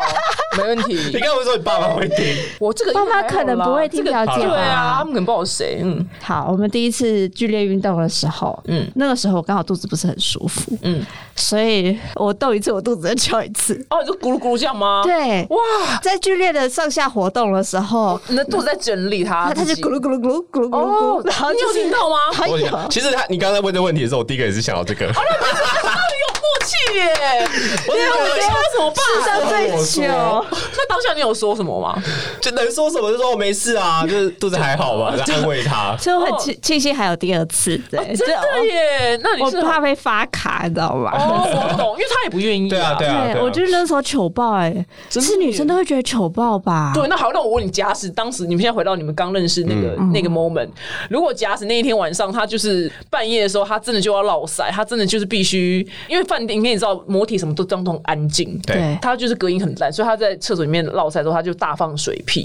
[SPEAKER 2] 没问
[SPEAKER 4] 你
[SPEAKER 2] 题。
[SPEAKER 4] 刚刚不是说你爸妈会听，
[SPEAKER 2] 我这个
[SPEAKER 3] 爸妈
[SPEAKER 2] 应该还好啦
[SPEAKER 3] 可能不会听
[SPEAKER 2] 这个
[SPEAKER 3] 了解吧
[SPEAKER 2] 对啊，他们可能不知道我是谁。嗯，
[SPEAKER 3] 好，我们第一次剧烈运动的时候，嗯，那个时候我刚好肚子不是很舒服，
[SPEAKER 2] 嗯
[SPEAKER 3] 嗯，所以我动一次，我肚子就叫一次。
[SPEAKER 2] 哦，你说咕噜咕噜这样吗？，
[SPEAKER 3] 对，
[SPEAKER 2] 哇，
[SPEAKER 3] 在剧烈的上下活动的时候，
[SPEAKER 2] 你的肚子在整理它
[SPEAKER 3] 它它
[SPEAKER 2] 自
[SPEAKER 3] 就
[SPEAKER 2] 己，
[SPEAKER 3] 咕噜咕噜咕噜咕噜咕噜咕
[SPEAKER 2] 哦
[SPEAKER 3] 噜，然哎后
[SPEAKER 2] 你
[SPEAKER 3] 就
[SPEAKER 2] 有
[SPEAKER 3] 是
[SPEAKER 2] 听 到吗？
[SPEAKER 3] 还有
[SPEAKER 4] 我想其实他你刚才问这问题的时候，我第一个也是想到这个，
[SPEAKER 2] 有默契耶！对啊， 我们现在怎么
[SPEAKER 3] 世
[SPEAKER 2] 办？
[SPEAKER 3] 上最
[SPEAKER 4] 我
[SPEAKER 3] 糗
[SPEAKER 4] 说。
[SPEAKER 2] 那当下你有说什么吗？
[SPEAKER 4] 就能说什么就说我没事啊，就是肚子还好吧，来安慰他。
[SPEAKER 3] 所以我很庆庆幸还有第二次，对，
[SPEAKER 2] 哦真的耶！那
[SPEAKER 3] 就
[SPEAKER 2] 你
[SPEAKER 3] 我
[SPEAKER 2] 是
[SPEAKER 3] 怕被发卡，你知道吗？
[SPEAKER 2] 哦，我懂，因为他也不愿意。
[SPEAKER 4] 对啊，对啊，对
[SPEAKER 3] 对，
[SPEAKER 4] 啊
[SPEAKER 3] 我觉得那时候糗爆哎、
[SPEAKER 2] 真的
[SPEAKER 3] 是女生都会觉得糗爆吧？
[SPEAKER 2] 对，那好，那我问你，假使当时你们现在回到你们刚认识那
[SPEAKER 4] 嗯
[SPEAKER 2] 个、那个 moment，如果假使那一天晚上他就是半夜的时候，他真的就要落塞，他真的就是必须，因为饭店因为你知道摩体什么都当中安静，
[SPEAKER 4] 对
[SPEAKER 3] 对
[SPEAKER 2] 他就是隔音很烂，所以他在厕所里面落塞的时候，他就大放水屁，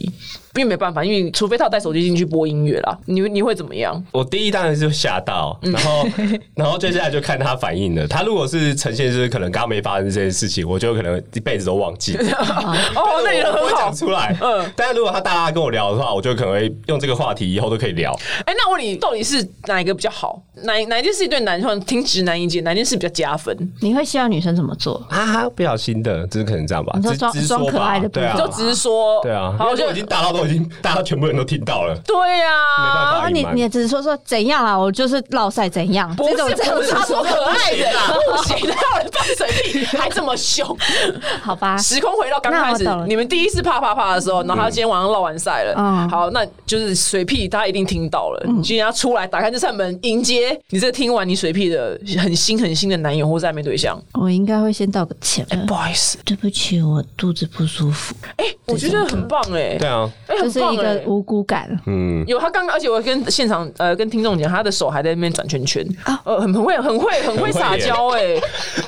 [SPEAKER 2] 因为没办法，因为除非他有带手机进去播音乐啦，你你会怎么 样？
[SPEAKER 4] 我第一当然是吓到，然后然后接下来就看他反应了。他如果是呈现就是可能刚刚没发生这件事情，我就可能一辈子都忘记。
[SPEAKER 2] 哦，那你人
[SPEAKER 4] 我不
[SPEAKER 2] 很
[SPEAKER 4] 会
[SPEAKER 2] 好
[SPEAKER 4] 讲。出来。
[SPEAKER 2] 嗯
[SPEAKER 4] 嗯，但是如果他大大跟我聊的话，我就可能会用这个话题，以后都可以聊。
[SPEAKER 2] 哎、那我问你，到底是哪一个比较好？哪哪一件事情对男生听直男意见，哪一件事比较加分？
[SPEAKER 3] 你会希望女生怎么做？
[SPEAKER 4] 啊哈，不小心的，就是可能这样吧，
[SPEAKER 3] 你说
[SPEAKER 4] 直
[SPEAKER 3] 装
[SPEAKER 4] 直说吧
[SPEAKER 3] 装可爱的部分
[SPEAKER 4] 对啊
[SPEAKER 2] 就，只是说，
[SPEAKER 4] 对啊，
[SPEAKER 2] 好，
[SPEAKER 4] 因
[SPEAKER 2] 我
[SPEAKER 4] 为
[SPEAKER 2] 就
[SPEAKER 4] 我已经达到都我已经 大家全部人都听到了，
[SPEAKER 2] 对呀、
[SPEAKER 4] 没办法
[SPEAKER 3] 啊，
[SPEAKER 4] 隐
[SPEAKER 3] 你
[SPEAKER 4] 瞒
[SPEAKER 3] 你。也只是说说怎样啦，我就是落赛怎样，
[SPEAKER 2] 不
[SPEAKER 3] 这
[SPEAKER 2] 是
[SPEAKER 3] 种这
[SPEAKER 2] 不
[SPEAKER 3] 种
[SPEAKER 2] 是，他多可爱的，不行，
[SPEAKER 3] 啊
[SPEAKER 2] 他有人放水 屁，还这么凶。
[SPEAKER 3] 好吧？
[SPEAKER 2] 时空回到刚开始
[SPEAKER 3] 啊那我懂了，
[SPEAKER 2] 你们第一次啪啪啪的时候，然后他今天晚上唠完赛了，
[SPEAKER 3] 嗯
[SPEAKER 2] 好，那就是水屁，大家一定听到了。今天他出来打开这扇门，迎接你这听完你水屁的很新很新的男友或者暧昧对象。
[SPEAKER 3] 我应该会先道个歉吧。
[SPEAKER 2] 哎不好意思，
[SPEAKER 3] 对不起，我肚子不舒服，
[SPEAKER 2] 哎，我觉得很棒哎
[SPEAKER 4] 对，啊，
[SPEAKER 2] 哎，
[SPEAKER 3] 就
[SPEAKER 2] 很
[SPEAKER 3] 是
[SPEAKER 2] 棒
[SPEAKER 3] 一个
[SPEAKER 2] 哎。
[SPEAKER 3] 无辜感。
[SPEAKER 4] 嗯，
[SPEAKER 2] 有他刚刚，而且我跟现场呃跟听众讲，他的手还在那边转圈圈，
[SPEAKER 3] 啊
[SPEAKER 2] 呃，很很会很会很会
[SPEAKER 4] 很会
[SPEAKER 2] 撒
[SPEAKER 4] 耶
[SPEAKER 2] 娇哎，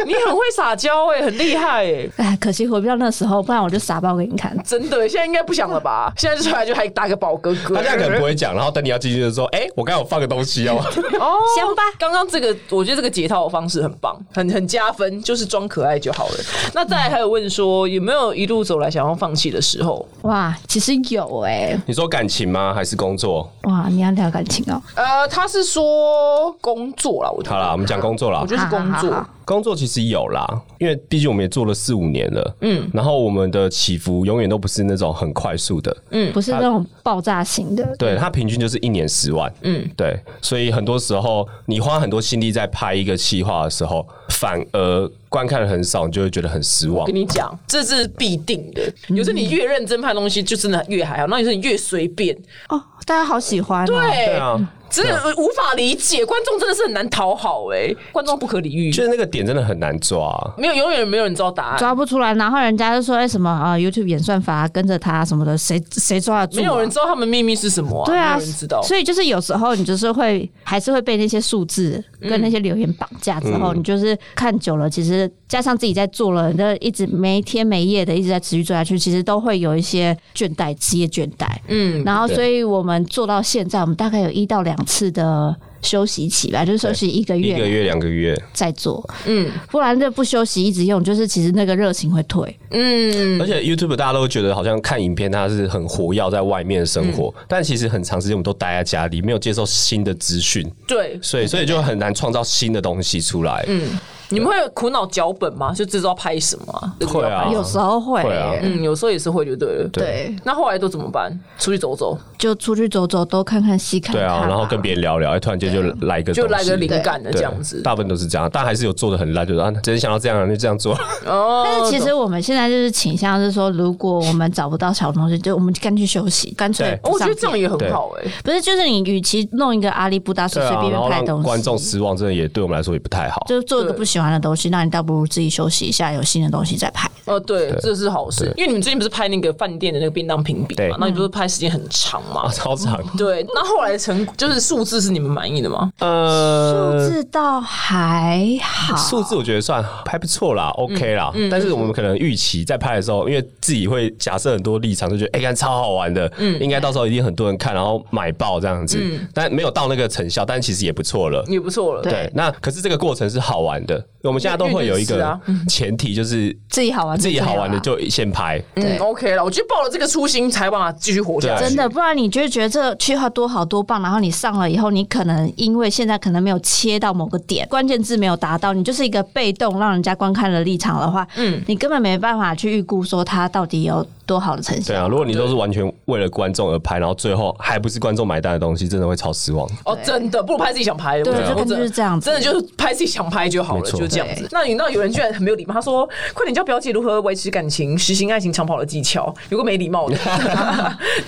[SPEAKER 2] 你很会撒娇哎，很厉害哎。
[SPEAKER 3] 哎，可惜回不到那时候，不然我就傻爆给你看。
[SPEAKER 2] 真的，现在应该不想了 吧？现在就出来就还打个饱嗝嗝，
[SPEAKER 4] 他这样可能不会讲，然后等你要进去的时候，哎，我刚有放个东 西哦，
[SPEAKER 2] 哦
[SPEAKER 3] 香吧
[SPEAKER 2] 刚刚这个，我觉得这个解套的方式很棒，很很加分，就是装可爱就好了。那再来还有问说，有没有一路走来想要放弃的时候？
[SPEAKER 3] 哇，其实有哎、
[SPEAKER 4] 你说感情吗？还是工作？
[SPEAKER 3] 哇，你要聊感情哦、
[SPEAKER 2] 呃，他是说工作啦，我觉得
[SPEAKER 4] 好啦，我们讲工作啦
[SPEAKER 2] 我。觉得是工作。
[SPEAKER 3] 好好好
[SPEAKER 4] 工作其实有啦，因为毕竟我们也做了四五年了，嗯，然后我们的起伏永远都不是那种很快速的，
[SPEAKER 2] 嗯
[SPEAKER 3] 不是那种爆炸型的，
[SPEAKER 4] 对，它平均就是一年十万，嗯，对，所以很多时候你花很多心力在拍一个企划的时候，反而观看的很少，你就会觉得很失望
[SPEAKER 2] 跟。你讲，这是必定的。有时候你越认真拍东西，就真的越还好；那有时候你越随便，
[SPEAKER 3] 哦，大家好喜欢、哦。
[SPEAKER 2] 对，
[SPEAKER 4] 对啊，
[SPEAKER 2] 真的无法理解。观众真的是很难讨好哎、观众不可理喻，
[SPEAKER 4] 就是那个点真的很难抓、
[SPEAKER 2] 没有永远没有人知道答案。
[SPEAKER 3] 抓不出来，然后人家就说哎、什么啊、YouTube 演算法、跟着他什么的，谁谁抓得住、啊？
[SPEAKER 2] 没有人知道他们秘密是什么、啊，
[SPEAKER 3] 对啊，
[SPEAKER 2] 没有人知道。
[SPEAKER 3] 所以就是有时候你就是会还是会被那些数字跟那些留言绑架之后，你就是看久了，其实加上自己在做了，你就一直没天没夜的一直在持续做下去，其实都会有一些倦怠，职业倦怠。嗯，然后所以我们做到现在，我们大概有一到两次的。休息期吧，就是休息一个
[SPEAKER 4] 一
[SPEAKER 3] 月
[SPEAKER 4] 个月、两个月，
[SPEAKER 3] 再做，嗯，不然就不休息一直用，就是其实那个热情会退，
[SPEAKER 2] 嗯
[SPEAKER 4] 而且 YouTube 大家都觉得好像看影片，它是很活跃在外面的生活，
[SPEAKER 2] 嗯
[SPEAKER 4] 但其实很长时间我们都待在家里，没有接受新的资讯，
[SPEAKER 2] 对，
[SPEAKER 4] 所以所以就很难创造新的东西出来。嗯，
[SPEAKER 2] 你们会苦恼脚本吗？就知道拍什么啊、这个
[SPEAKER 4] 会啊
[SPEAKER 2] 要拍
[SPEAKER 3] 有时候会、
[SPEAKER 4] 会啊
[SPEAKER 2] 嗯，有时候也是会就对了。
[SPEAKER 3] 对，
[SPEAKER 2] 那后来都怎么办？出去走走，
[SPEAKER 3] 就出去走走，多看看西看看
[SPEAKER 4] 对
[SPEAKER 3] 吧。
[SPEAKER 4] 啊，然后跟别人聊聊，哎突然间就来一个
[SPEAKER 2] 啊就
[SPEAKER 4] 东
[SPEAKER 2] 来
[SPEAKER 4] 西
[SPEAKER 2] 个灵感的
[SPEAKER 4] 对
[SPEAKER 2] 这样子。
[SPEAKER 4] 大部分都是这样，但还是有做的很烂，就是啊，只是想到这样，就这样做。
[SPEAKER 2] 哦
[SPEAKER 3] 但是其实我们现在就是倾向是说，如果我们找不到小东西，就我们干脆休息，干脆
[SPEAKER 4] 对
[SPEAKER 2] 哦
[SPEAKER 3] 不
[SPEAKER 2] 我觉
[SPEAKER 3] 上片、
[SPEAKER 2] 得这样也很好哎、
[SPEAKER 3] 不是，就是你与其弄一个阿里不达随
[SPEAKER 4] 对
[SPEAKER 3] 随
[SPEAKER 4] 啊，
[SPEAKER 3] 便
[SPEAKER 4] 然后
[SPEAKER 3] 便拍东
[SPEAKER 4] 让
[SPEAKER 3] 西，
[SPEAKER 4] 观众失望，真的也对我们来说也不太好。
[SPEAKER 3] 就是做一个不喜欢的东西，那你倒不如自己休息一下，有新的东西再拍。
[SPEAKER 2] 哦，对，这是好事。因为你们最近不是拍那个饭店的那个便当评比
[SPEAKER 4] 对
[SPEAKER 2] 嘛，那你不是拍时间很长
[SPEAKER 4] 啊，
[SPEAKER 2] 嘛？
[SPEAKER 4] 超长，
[SPEAKER 2] 对，那后来的成果就是数字是你们满意的吗？
[SPEAKER 3] 嗯数
[SPEAKER 4] 呃，
[SPEAKER 3] 字倒还好，
[SPEAKER 4] 数字我觉得算还不错啦，OK 啦。但是我们可能预期在拍的时候，因为自己会假设很多立场，就觉得哎，看超好玩的，应该到时候一定很多人看，然后买爆这样子。但没有到那个成效，但其实也不错了。
[SPEAKER 2] 也不错了。
[SPEAKER 3] 对
[SPEAKER 4] 对，那可是这个过程是好玩的，我们现在都会有
[SPEAKER 2] 因
[SPEAKER 4] 一
[SPEAKER 2] 为就是
[SPEAKER 4] 个
[SPEAKER 2] 啊
[SPEAKER 4] 前提，就是
[SPEAKER 3] 自己好玩就
[SPEAKER 4] 自己好玩的
[SPEAKER 3] 最
[SPEAKER 4] 就先拍。
[SPEAKER 2] 嗯
[SPEAKER 3] 对
[SPEAKER 2] ，OK 了。我觉得抱了这个初心才把它继续活下
[SPEAKER 4] 对啊
[SPEAKER 2] 去。
[SPEAKER 3] 真的，不然你就会觉得这句话多好多棒，然后你上了以后，你可能因为现在可能没有切到某个点，关键字没有达到，你就是一个被动让人家观看的立场的话，嗯，你根本没办法去预估说它到底有多好的成
[SPEAKER 4] 对
[SPEAKER 3] 效。
[SPEAKER 4] 啊，如果你都是完全为了观众而拍，然后最后还不是观众买单的东西，真的会超失望。
[SPEAKER 2] 哦，真的不如拍自己想拍的，
[SPEAKER 3] 对
[SPEAKER 2] 我觉得
[SPEAKER 3] 就根本就是这样子
[SPEAKER 2] 真的就是拍自己想拍就好
[SPEAKER 4] 没
[SPEAKER 2] 了，
[SPEAKER 4] 错
[SPEAKER 2] 就这样子。那你知道有人居然很没有礼貌，他说：“快点教表姐如何维持感情，实行爱情长跑的技巧。”有个没礼 貌的，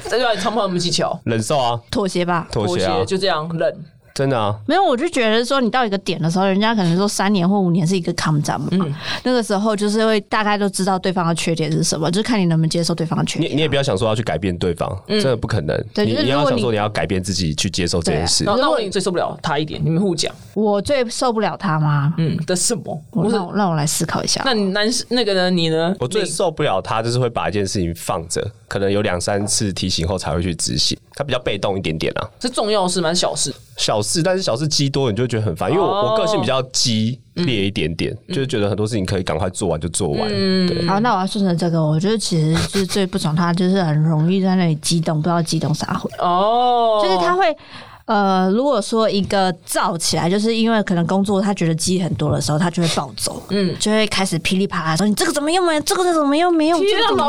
[SPEAKER 2] 这叫长跑有什么技巧？
[SPEAKER 4] 忍受啊，
[SPEAKER 3] 妥协吧。
[SPEAKER 4] 妥协啊，
[SPEAKER 2] 就这样忍。
[SPEAKER 4] 真的啊，
[SPEAKER 3] 没有，我就觉得说，你到一个点的时候，人家可能说三年或五年是一个抗战嘛，那个时候就是会大概都知道对方的缺点是什么，就是看你能不能接受对方的缺
[SPEAKER 4] 你
[SPEAKER 3] 点。
[SPEAKER 4] 你也不要想说要去改变对方，真的不可能。
[SPEAKER 3] 嗯对
[SPEAKER 4] 你
[SPEAKER 3] 就是
[SPEAKER 4] 你
[SPEAKER 3] 如
[SPEAKER 4] 要
[SPEAKER 3] 果
[SPEAKER 4] 想
[SPEAKER 3] 你啊
[SPEAKER 4] 说你要改变自己去接受这件事
[SPEAKER 2] 然。后那我最受不了他一点，你们互讲，
[SPEAKER 3] 我最受不了他吗？
[SPEAKER 2] 嗯的什么？
[SPEAKER 3] 我
[SPEAKER 2] 不是
[SPEAKER 3] 让，我让我来思考一下。
[SPEAKER 2] 那你男那个呢？你呢？
[SPEAKER 4] 我最
[SPEAKER 2] 你
[SPEAKER 4] 受不了他就是会把一件事情放着，可能有两三次提醒后才会去执行，他比较被动一点点啊。
[SPEAKER 2] 是重要事吗？还是小事？
[SPEAKER 4] 小事，但是小事积多，你就会觉得很烦，因为我、
[SPEAKER 2] 哦
[SPEAKER 4] 我个性比较激烈一点点，
[SPEAKER 3] 嗯
[SPEAKER 4] 就是觉得很多事情可以赶快做完就做完。
[SPEAKER 2] 嗯
[SPEAKER 4] 对，
[SPEAKER 3] 好，那我要顺着这个，我觉得其实就是最不爽他，就是很容易在那里激动，不知道激动啥会，
[SPEAKER 2] 哦，
[SPEAKER 3] 就是他会。呃，如果说一个燥起来，就是因为可能工作他觉得记忆很多的时候，他就会暴走，嗯，就会开始噼里啪啦说你这个怎么用没有，这个怎么用没有，
[SPEAKER 2] 天
[SPEAKER 3] 这个
[SPEAKER 2] 啊，
[SPEAKER 3] 怎么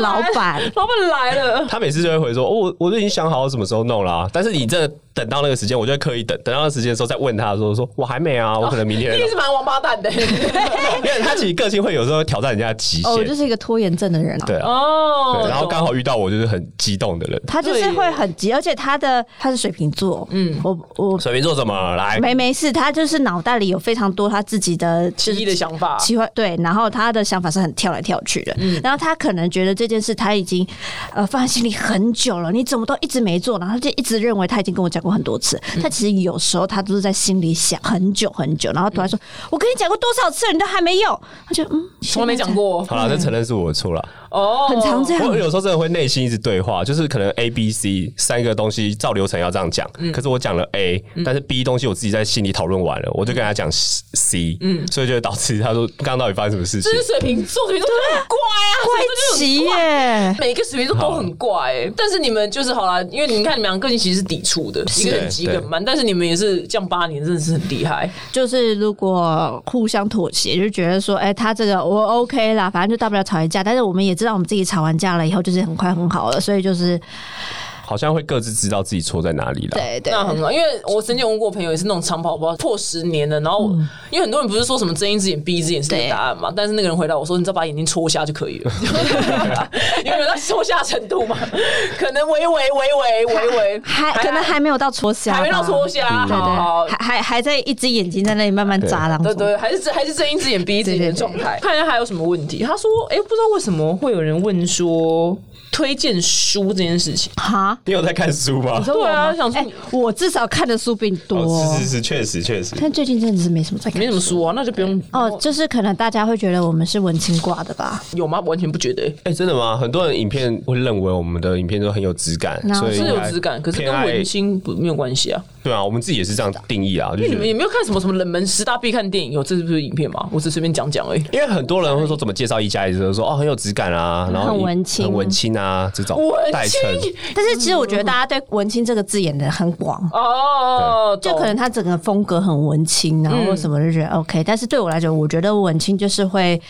[SPEAKER 2] 老
[SPEAKER 3] 用没
[SPEAKER 2] 板
[SPEAKER 3] 有，他就是一个老板，
[SPEAKER 2] 老板来了，
[SPEAKER 4] 他每次就会回说：“哦，我我都已经想好什么时候弄啦、但是你这等到那个时间，我就会刻意等，等到那个时间的时候再问他的时候，说我还没啊，我可能明天。
[SPEAKER 2] 你也是蛮王八 蛋的。
[SPEAKER 4] 因为他其实个性会有时候挑战人家的极限，
[SPEAKER 3] 哦，我就是一个拖延症的人、啊。
[SPEAKER 4] 对啊。
[SPEAKER 2] 哦
[SPEAKER 4] 对，然后刚好遇到我就是很激动的人。
[SPEAKER 3] 他就是
[SPEAKER 2] 对耶
[SPEAKER 3] 会很急，而且他的他是水瓶座，嗯，我我
[SPEAKER 4] 水瓶座怎么来？
[SPEAKER 3] 没没事，他就是脑袋里有非常多他自己的
[SPEAKER 2] 奇异的想法，
[SPEAKER 3] 奇怪，对，然后他的想法是很跳来跳去的，
[SPEAKER 2] 嗯
[SPEAKER 3] 然后他可能觉得这件事他已经呃放在心里很久了，你怎么都一直没做，然后他就一直认为他已经跟我讲过很多次，
[SPEAKER 2] 嗯
[SPEAKER 3] 他其实有时候他都是在心里想很久很久，然后突然说：“我跟你讲过多少次了，你都还没用。”他就嗯，
[SPEAKER 2] 从来没讲，过
[SPEAKER 4] 好了，这承认是我的错了。
[SPEAKER 2] 哦，
[SPEAKER 3] 很常这样，
[SPEAKER 4] 我有时候真的会内心一直对话，就是可能 A、B、C 三个东西照流程要这样讲，可是我讲了 A，但是 B 东西我自己在心里讨论完了，我就跟他讲 C，嗯，所以就会导致他说刚刚到底发生什么事
[SPEAKER 2] 这
[SPEAKER 4] 情
[SPEAKER 2] 是？水瓶座，水瓶座很怪啊，
[SPEAKER 3] 怪
[SPEAKER 2] 水瓶
[SPEAKER 3] 极
[SPEAKER 2] 座就很怪。
[SPEAKER 3] 耶。
[SPEAKER 2] 每一个水瓶座都很怪、欸，但是你们就是好啦，因为你们看你们两个个性其实是抵触的，一个很急，一个很慢，但是你们也是这样八年，真的是很厉害。
[SPEAKER 3] 就是如果互相妥协，就觉得说，哎、他这个我 OK 啦，反正就大不了吵一架。但是我们也知道，我们自己吵完架了以后，就是很快很好了，所以就是
[SPEAKER 4] 好像会各自知道自己错在哪里了。
[SPEAKER 3] 对对
[SPEAKER 2] 那很好，因为我曾经有问过我朋友，也是那种长跑跑破十年的，然后我、
[SPEAKER 3] 嗯
[SPEAKER 2] 因为很多人不是说什么睁一只眼闭一只眼是那个答案嘛，但是那个人回答我说，你只要把眼睛戳瞎就可 以了，因为有到戳瞎程度嘛， 可能微微微微微微，
[SPEAKER 3] 还可能还没有到戳瞎吧，
[SPEAKER 2] 还没到戳瞎，
[SPEAKER 3] 对
[SPEAKER 2] 好好
[SPEAKER 3] 对，还还还在一只眼睛在那里慢慢眨当
[SPEAKER 2] 对
[SPEAKER 3] 中。
[SPEAKER 2] 对，还是还是睁一只眼闭一只眼的状态。看一下还有什么问题。他说：“哎、不知道为什么会有人问说推荐书这件事情。
[SPEAKER 3] 哈，
[SPEAKER 4] 你有在看书吗？
[SPEAKER 3] 你说我
[SPEAKER 2] 对啊
[SPEAKER 3] 吗
[SPEAKER 2] 想说
[SPEAKER 3] 哎
[SPEAKER 2] 你
[SPEAKER 3] 我至少看的书比你多
[SPEAKER 4] 哦
[SPEAKER 3] 哦，
[SPEAKER 4] 是是是，确实确实。
[SPEAKER 3] 但最近真的是没什么在看，
[SPEAKER 2] 没什么。书啊，那就不用
[SPEAKER 3] 哦，就是可能大家会觉得我们是文青挂的吧，
[SPEAKER 2] 有吗？完全不觉得、
[SPEAKER 4] 哎、真的吗？很多人影片会认为我们的影片都很有质感，
[SPEAKER 3] 那
[SPEAKER 4] 所以
[SPEAKER 2] 是
[SPEAKER 4] 应
[SPEAKER 2] 有
[SPEAKER 4] 该
[SPEAKER 2] 质感，可是跟
[SPEAKER 4] 偏爱
[SPEAKER 2] 文青不没有关系啊。
[SPEAKER 4] 对啊，我们自己也是这样定义 啊，就
[SPEAKER 2] 因为
[SPEAKER 4] 觉
[SPEAKER 2] 你们也
[SPEAKER 4] 得。
[SPEAKER 2] 没有看什么什么冷门十大必看电影，有这是不是影片嘛？我只随便讲讲而已。
[SPEAKER 4] 因为很多人会说怎么介绍一加一，就是说哦很有质感
[SPEAKER 2] 嗯
[SPEAKER 4] 啊，然后
[SPEAKER 3] 很
[SPEAKER 4] 一
[SPEAKER 3] 文青
[SPEAKER 4] 很文青啊这种
[SPEAKER 2] 文
[SPEAKER 4] 代称。
[SPEAKER 2] 青
[SPEAKER 3] 但是其实我觉得大家对文青这个字眼的很
[SPEAKER 2] 嗯
[SPEAKER 3] 广。
[SPEAKER 2] 哦，
[SPEAKER 3] 就
[SPEAKER 2] 懂
[SPEAKER 3] 可能他整个风格很文青，然后或什么
[SPEAKER 2] 嗯
[SPEAKER 3] 就觉得 OK，、但是对我来讲，我觉得文青就是会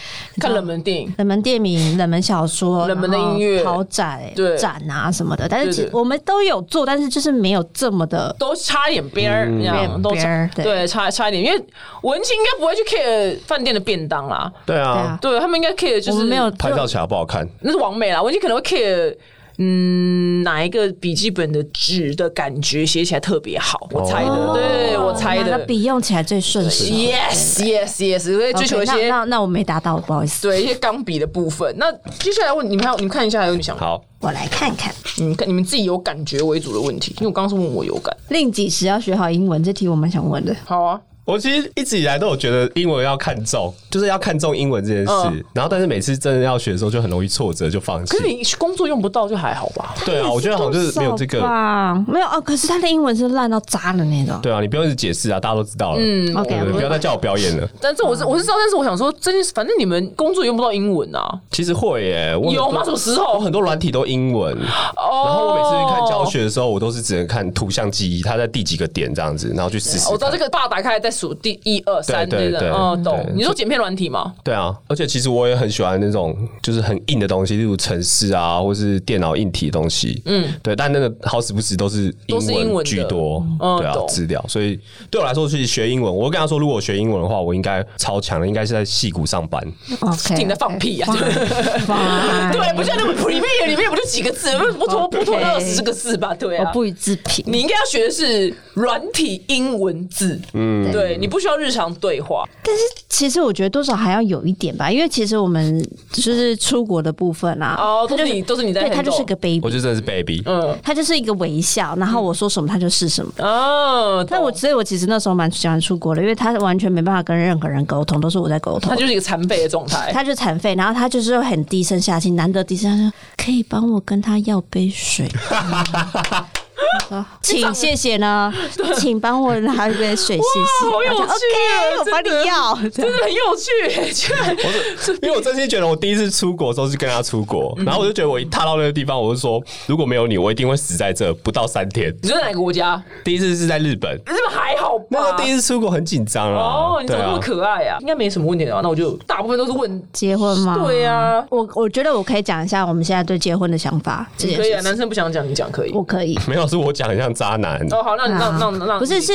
[SPEAKER 2] 看冷门电影。
[SPEAKER 3] 冷门电影、冷门小说、
[SPEAKER 2] 冷门的音乐
[SPEAKER 3] 然后豪宅
[SPEAKER 2] 对
[SPEAKER 3] 展啊什么的。但是其
[SPEAKER 2] 对
[SPEAKER 3] 实
[SPEAKER 2] 对
[SPEAKER 3] 我们都有做，但是就是没有这么的
[SPEAKER 2] 都差一点边儿，这样
[SPEAKER 3] 边
[SPEAKER 2] 都
[SPEAKER 3] 边
[SPEAKER 2] 差
[SPEAKER 3] 儿对
[SPEAKER 2] 对差差一点，因为文青应该不会去 care 饭店的便当啦，
[SPEAKER 4] 对
[SPEAKER 3] 对
[SPEAKER 4] 啊
[SPEAKER 3] 啊，
[SPEAKER 2] 对他们应该 care 就
[SPEAKER 3] 我
[SPEAKER 2] 是
[SPEAKER 3] 们没有
[SPEAKER 4] 拍照起来不好看。
[SPEAKER 2] 那是王美啦，我已经可能会 care。嗯，哪一个笔记本的纸的感觉写起来特别好？我猜的，
[SPEAKER 4] 哦
[SPEAKER 2] 对我猜
[SPEAKER 3] 哪个
[SPEAKER 2] 的。
[SPEAKER 3] 笔用起来最顺手。
[SPEAKER 2] Yes, yes, yes，所以
[SPEAKER 3] OK，
[SPEAKER 2] 追求一些
[SPEAKER 3] 那那那我没达到，不好意思，
[SPEAKER 2] 对一些钢笔的部分。那接下来问你们还有，你们看一下还有你们想，
[SPEAKER 4] 好，
[SPEAKER 3] 我来看看。
[SPEAKER 2] 你们看你们自己有感觉为主的问题，因为我刚刚是问我有感。
[SPEAKER 3] 令几时要学好英文？这题我蛮想问的。
[SPEAKER 2] 好啊，
[SPEAKER 4] 我其实一直以来都有觉得英文要看重，就是要看重英文这件事。然后，但是每次真的要学的时候，就很容易挫折，就放
[SPEAKER 2] 嗯
[SPEAKER 4] 弃
[SPEAKER 2] 可。是你工作用不到就还好吧？
[SPEAKER 4] 对啊，我觉得好像就是没有这
[SPEAKER 3] 多哎少
[SPEAKER 4] 个。
[SPEAKER 3] 吧，没有哦。可是他的英文是烂到渣的那种。
[SPEAKER 4] 对啊，你不用一直解释啊，大家都知道了。嗯
[SPEAKER 3] OK，我
[SPEAKER 4] 不要再叫我表 演了。
[SPEAKER 2] 但这我是我是知道，但是我想说，真的是反正你们工作用不到英文啊，
[SPEAKER 4] 其实会耶，我很
[SPEAKER 2] 有
[SPEAKER 4] 多
[SPEAKER 2] 吗？什么时
[SPEAKER 4] 我
[SPEAKER 2] 候？
[SPEAKER 4] 很多软体都英文，
[SPEAKER 2] 哦，
[SPEAKER 4] 然后我每次去看教学的时候，我都是只能看图像记忆，它在第几个点这样子，然后去试试
[SPEAKER 2] 哦我知道
[SPEAKER 4] 看。
[SPEAKER 2] 这个大打开来再数第一二三
[SPEAKER 4] 对
[SPEAKER 2] 那
[SPEAKER 4] 对
[SPEAKER 2] 个，
[SPEAKER 4] 对
[SPEAKER 2] 哦，懂
[SPEAKER 4] 对。
[SPEAKER 2] 你说剪片软体吗？
[SPEAKER 4] 对啊，而且其实我也很喜欢那种就是很硬的东西，例如城市啊，或是电脑硬体的东西。嗯，对，但那个好死不死都是
[SPEAKER 2] 都是英文的
[SPEAKER 4] 居多，
[SPEAKER 2] 嗯
[SPEAKER 4] 对啊
[SPEAKER 2] 懂，
[SPEAKER 4] 资料。所以对我来说，去学英文，我会跟他说，如果我学英文的话，我应该超强的，应该是在戏谷上班。
[SPEAKER 3] OK，
[SPEAKER 2] 听你在放屁啊！
[SPEAKER 3] 哇
[SPEAKER 2] 对，不像那个 Premiere 里面不就几个 字，不不多不多
[SPEAKER 3] OK
[SPEAKER 2] 二十个字吧？对
[SPEAKER 3] 我
[SPEAKER 2] 啊。
[SPEAKER 3] 不予置评。
[SPEAKER 2] 你应该要学的是软体英文字，嗯，对你不需要日常对话，
[SPEAKER 3] 但是其实我觉得多少还要有一点吧，因为其实我们就是出国的部分啊，
[SPEAKER 2] 哦
[SPEAKER 3] 他就
[SPEAKER 2] 都是你都是你在
[SPEAKER 3] 对
[SPEAKER 2] handle
[SPEAKER 3] 他就是个 baby，
[SPEAKER 4] 我就真的是 baby，
[SPEAKER 2] 嗯，
[SPEAKER 3] 他就是一个微笑，然后我说什么他就是什么。
[SPEAKER 2] 哦，
[SPEAKER 3] 但我
[SPEAKER 2] 懂
[SPEAKER 3] 所以，我其实那时候蛮喜欢出国的，因为他完全没办法跟任何人沟通，都是我在沟通
[SPEAKER 2] 他。就是一个残废的状态，
[SPEAKER 3] 他就残废，然后他就是很低声下气，难得低声下气，可以帮我跟他要杯水吗。 请谢谢 呢，请帮我拿一杯水，谢谢。
[SPEAKER 2] 好有趣
[SPEAKER 3] 我
[SPEAKER 2] 啊
[SPEAKER 3] 就 OK，我帮
[SPEAKER 2] 真的
[SPEAKER 3] 你 要。这 样
[SPEAKER 2] 真的很有趣，居然
[SPEAKER 4] 因为我真心觉得，我第一次出国的时候是跟他出国，
[SPEAKER 2] 嗯
[SPEAKER 4] 然后我就觉得我一踏到那个地方，我就说如果没有你，我一定会死在这不到三 天。
[SPEAKER 2] 你说哪个国家？
[SPEAKER 4] 第一次是在日本，
[SPEAKER 2] 日本还好吧？
[SPEAKER 4] 那时候第一次出国很紧张啊
[SPEAKER 2] 哦，，你怎
[SPEAKER 4] 对
[SPEAKER 2] 么那
[SPEAKER 4] 啊
[SPEAKER 2] 么，可爱啊？应该没什么问题啊。那我就大部分都是问，
[SPEAKER 3] 结婚吗？
[SPEAKER 2] 对啊，
[SPEAKER 3] 我我觉得我可以讲一下我们现在对结婚的想法这件
[SPEAKER 2] 可以啊，
[SPEAKER 3] 事情。
[SPEAKER 2] 男生不想讲，你讲可以。
[SPEAKER 3] 我可以，
[SPEAKER 4] 没有是我讲很像渣男，
[SPEAKER 2] 哦，好，那你让
[SPEAKER 3] 啊
[SPEAKER 2] 让让，
[SPEAKER 3] 不是是。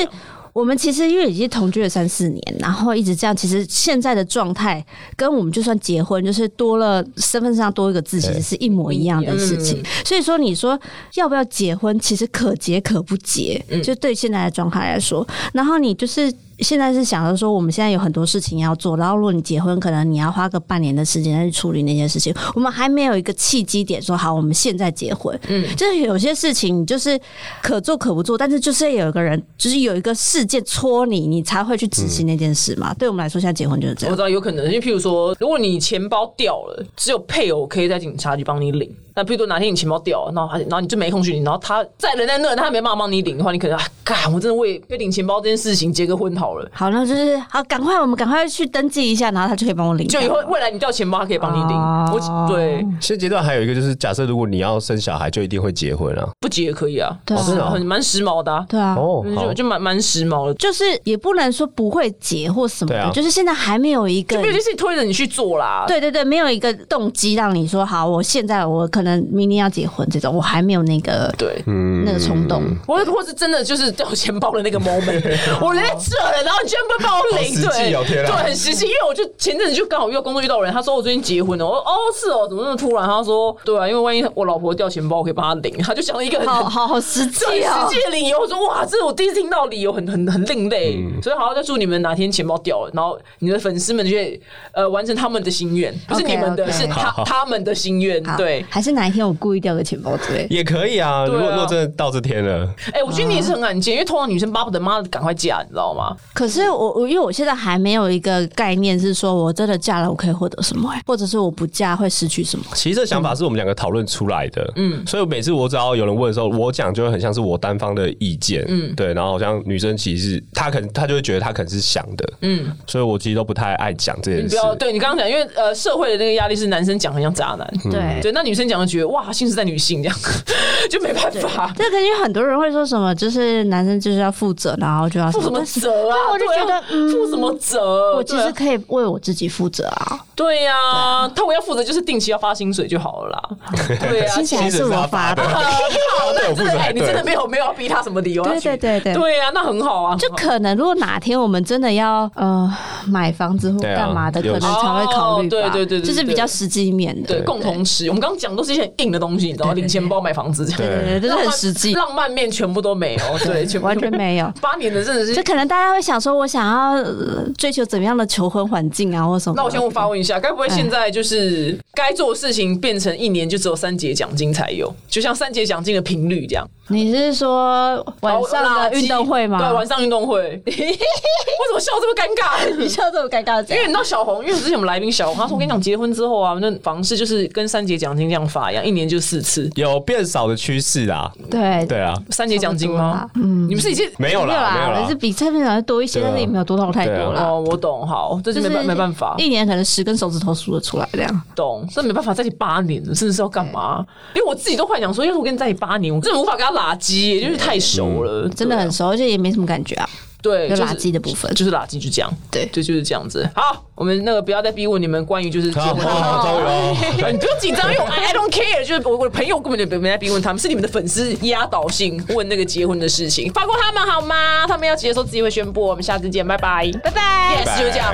[SPEAKER 3] 我们其实因为已经同居了三四年，然后一直这样，其实现在的状态跟我们就算结婚，就是多了身份上多一个字，其实是一模一样
[SPEAKER 2] 嗯
[SPEAKER 3] 的事情。所以说，你说要不要结婚，其实可结可不结，
[SPEAKER 2] 嗯
[SPEAKER 3] 就对现在的状态来说。然后你就是现在是想着说，我们现在有很多事情要做，然后如果你结婚，可能你要花个半年的时间去处理那件事情。我们还没有一个契机点说好，我们现在结婚。
[SPEAKER 2] 嗯
[SPEAKER 3] 就是有些事情你就是可做可不做，但是就是有一个人，就是有一个事件戳你，你才会去执行那件事
[SPEAKER 2] 嗯
[SPEAKER 3] 嘛。对我们来说，现在结婚就是这
[SPEAKER 2] 我
[SPEAKER 3] 样
[SPEAKER 2] 知。道有可能，因为譬如说，如果你钱包掉了，只有配偶可以在警察局帮你领。那譬如说哪天你钱包掉了，然后他然后你就没空去领，然后他在人在那，他还没办法帮你领的话，你可能啊，干，我真的为被领钱包这件事情结个婚好了。
[SPEAKER 3] 好，那就是好，赶快我们赶快去登记一下，然后他就可以帮我领
[SPEAKER 2] 就
[SPEAKER 3] 到。
[SPEAKER 2] 以后未来你掉钱包，他可以帮你领。
[SPEAKER 3] 哦
[SPEAKER 2] 我对
[SPEAKER 4] 现阶段还有一个就是，假设如果你要生小孩，就一定会结婚啊。
[SPEAKER 2] 不结也可以啊，
[SPEAKER 3] 对啊
[SPEAKER 2] 是啊很蛮时髦的、啊，
[SPEAKER 3] 对啊，
[SPEAKER 4] 哦，好
[SPEAKER 2] 就，就蛮蛮时髦的。
[SPEAKER 3] 就是也不能说不会结或什么的，
[SPEAKER 4] 对啊
[SPEAKER 3] 就是现在还没有一个
[SPEAKER 2] 就。毕竟是推着你去做啦，
[SPEAKER 3] 对对对，没有一个动机让你说好，我现在我可能明年要结婚这种，我还没有那个
[SPEAKER 2] 对。
[SPEAKER 4] 嗯
[SPEAKER 3] 那个冲动。
[SPEAKER 2] 或或是真的就是掉钱包的那个 moment，我人在这了，然后你居然不帮我领，
[SPEAKER 4] 好实际哦
[SPEAKER 2] 对，
[SPEAKER 4] 天啊
[SPEAKER 2] 对，很实际。因为我就前阵子就刚好遇到工作遇到人，他说我最近结婚了，我说哦是哦，怎么那么突然？他说对啊，因为万一我老婆掉钱包，我可以帮她领。他就想了一个很
[SPEAKER 3] 好好好实际
[SPEAKER 2] 嗯 对
[SPEAKER 3] 哦，
[SPEAKER 2] 实际的理由，我说哇，这是我第一次听到理由，很很很另类。
[SPEAKER 4] 嗯
[SPEAKER 2] 所以好好再祝你们哪天钱包掉了，然后你的粉丝们就可以呃完成他们的心愿，不是
[SPEAKER 3] OK，
[SPEAKER 2] 你们的
[SPEAKER 3] OK
[SPEAKER 2] 是他他们的心愿。
[SPEAKER 3] 好
[SPEAKER 2] 对，
[SPEAKER 3] 还是哪一天我故意掉个钱包之类的。
[SPEAKER 4] 也可以啊。如
[SPEAKER 2] 对
[SPEAKER 4] 果
[SPEAKER 2] 啊
[SPEAKER 4] 如果真的到这天了，
[SPEAKER 2] 哎、我觉得你也是很罕见，因为通常女生巴不得妈的赶快嫁，你知道吗？
[SPEAKER 3] 可是我我因为我现在还没有一个概念，是说我真的嫁了我可以获得什么、欸或者是我不嫁会失去什么？
[SPEAKER 4] 其实这想法是我们两个讨论出来的，嗯，所以每次我只要有人问的时候，我讲就会很像是我单方的意见，嗯，对，然后好像女生其实是她可能她就会觉得她可能是想的，嗯，所以我其实都不太爱讲这
[SPEAKER 2] 你不
[SPEAKER 4] 件事。
[SPEAKER 2] 要对你刚刚讲，因为呃社会的那个压力是男生讲很像渣男，
[SPEAKER 3] 对。
[SPEAKER 2] 对，那女生讲就觉得哇信是在女性这样， 就没办法。
[SPEAKER 3] 这肯定很多人会说什么，就是男生就是要负责，然后就要
[SPEAKER 2] 负什么
[SPEAKER 3] 但是
[SPEAKER 2] 责啊？
[SPEAKER 3] 对我就
[SPEAKER 2] 对啊
[SPEAKER 3] 觉得嗯
[SPEAKER 2] 负什么责？
[SPEAKER 3] 我其
[SPEAKER 2] 对
[SPEAKER 3] 实
[SPEAKER 2] 啊
[SPEAKER 3] 可以为我自己负责啊，
[SPEAKER 2] 对呀、他们要负责就是定期要发薪水就好了 啦。对啊呀、
[SPEAKER 4] 啊
[SPEAKER 3] 薪水还是我发的，
[SPEAKER 2] 好，呃那你真的哎、
[SPEAKER 4] 对
[SPEAKER 2] 你真的没有没有要逼他什么理由要
[SPEAKER 3] 对
[SPEAKER 2] 去？
[SPEAKER 3] 对对对。
[SPEAKER 2] 对呀、那很 好啊，
[SPEAKER 3] 就可能，如果哪天我们真的要呃买房子或
[SPEAKER 4] 对啊
[SPEAKER 3] 干嘛的，可
[SPEAKER 4] 有
[SPEAKER 3] 能才会考虑吧。
[SPEAKER 2] 哦对对对对
[SPEAKER 3] 就是比较实际面的。
[SPEAKER 2] 对共同吃。我们刚刚讲都是一些很硬的东西，你知道吗，领钱包、买房子这样，
[SPEAKER 3] 对对对，都是很实际，
[SPEAKER 2] 浪漫面全部都没有，对，全部
[SPEAKER 3] 完全没有。
[SPEAKER 2] 八年的真的。
[SPEAKER 3] 就是可能大家会想说，我想要、呃追求怎么样的求婚环境啊，或什么？
[SPEAKER 2] 那我先问发问一下，该不
[SPEAKER 3] 哎
[SPEAKER 2] 会现在就是该做的事情变成一年就只有三节奖金才有，就像三节奖金的频率这样？
[SPEAKER 3] 你是说晚上的运动会吗？
[SPEAKER 2] 对，晚上运动会。哦 我怎么笑这么尴尬？
[SPEAKER 3] 你笑这么尴尬的
[SPEAKER 2] 因
[SPEAKER 3] 这
[SPEAKER 2] 为你知
[SPEAKER 3] 样，
[SPEAKER 2] 道小红，因为之前我们来宾小红，她说我跟你讲，结婚之后啊，那房市就是跟三节奖金这样发一样，一年就四次。
[SPEAKER 4] 有变少的趋势啦，
[SPEAKER 3] 对
[SPEAKER 4] 对啊，
[SPEAKER 2] 三节奖金吗
[SPEAKER 3] 差？嗯，
[SPEAKER 2] 你们是已经
[SPEAKER 4] 没有
[SPEAKER 3] 没有
[SPEAKER 4] 啦，没有
[SPEAKER 3] 啦，
[SPEAKER 4] 啦
[SPEAKER 3] 是，比蔡明老师多一些，
[SPEAKER 4] 对啊
[SPEAKER 3] 但是也没有多到太多
[SPEAKER 4] 对
[SPEAKER 3] 啦。
[SPEAKER 2] 哦，我懂，好，这
[SPEAKER 3] 就是
[SPEAKER 2] 没办没办法
[SPEAKER 3] 一年可能十根手指头数得出来这样。
[SPEAKER 2] 懂，这没办法在一起八年了，真的是要干嘛？因为我自己都幻想说，要是我跟你在一起八年，我真的无法跟他拉鸡，就是太熟了，
[SPEAKER 4] 嗯
[SPEAKER 3] 真的很熟，而且也没什么感觉啊，
[SPEAKER 2] 对，就
[SPEAKER 3] 有
[SPEAKER 2] 是
[SPEAKER 3] 垃圾的部分。
[SPEAKER 2] 就是垃圾，就这样，
[SPEAKER 3] 对
[SPEAKER 2] 对，就是这样子。好，我们那个不要再逼问你们关于就是结
[SPEAKER 4] 好，
[SPEAKER 2] 婚的
[SPEAKER 4] 好终于
[SPEAKER 2] 你
[SPEAKER 4] 哦，
[SPEAKER 2] 不用紧张，因为我 I don't care，就是我我的朋友根本就没在逼问他们，是你们的粉丝压倒性问那个结婚的事情，放过他们好吗？他们要结的时候自己会宣布，我们下次见，拜拜，拜拜，yes 就这样。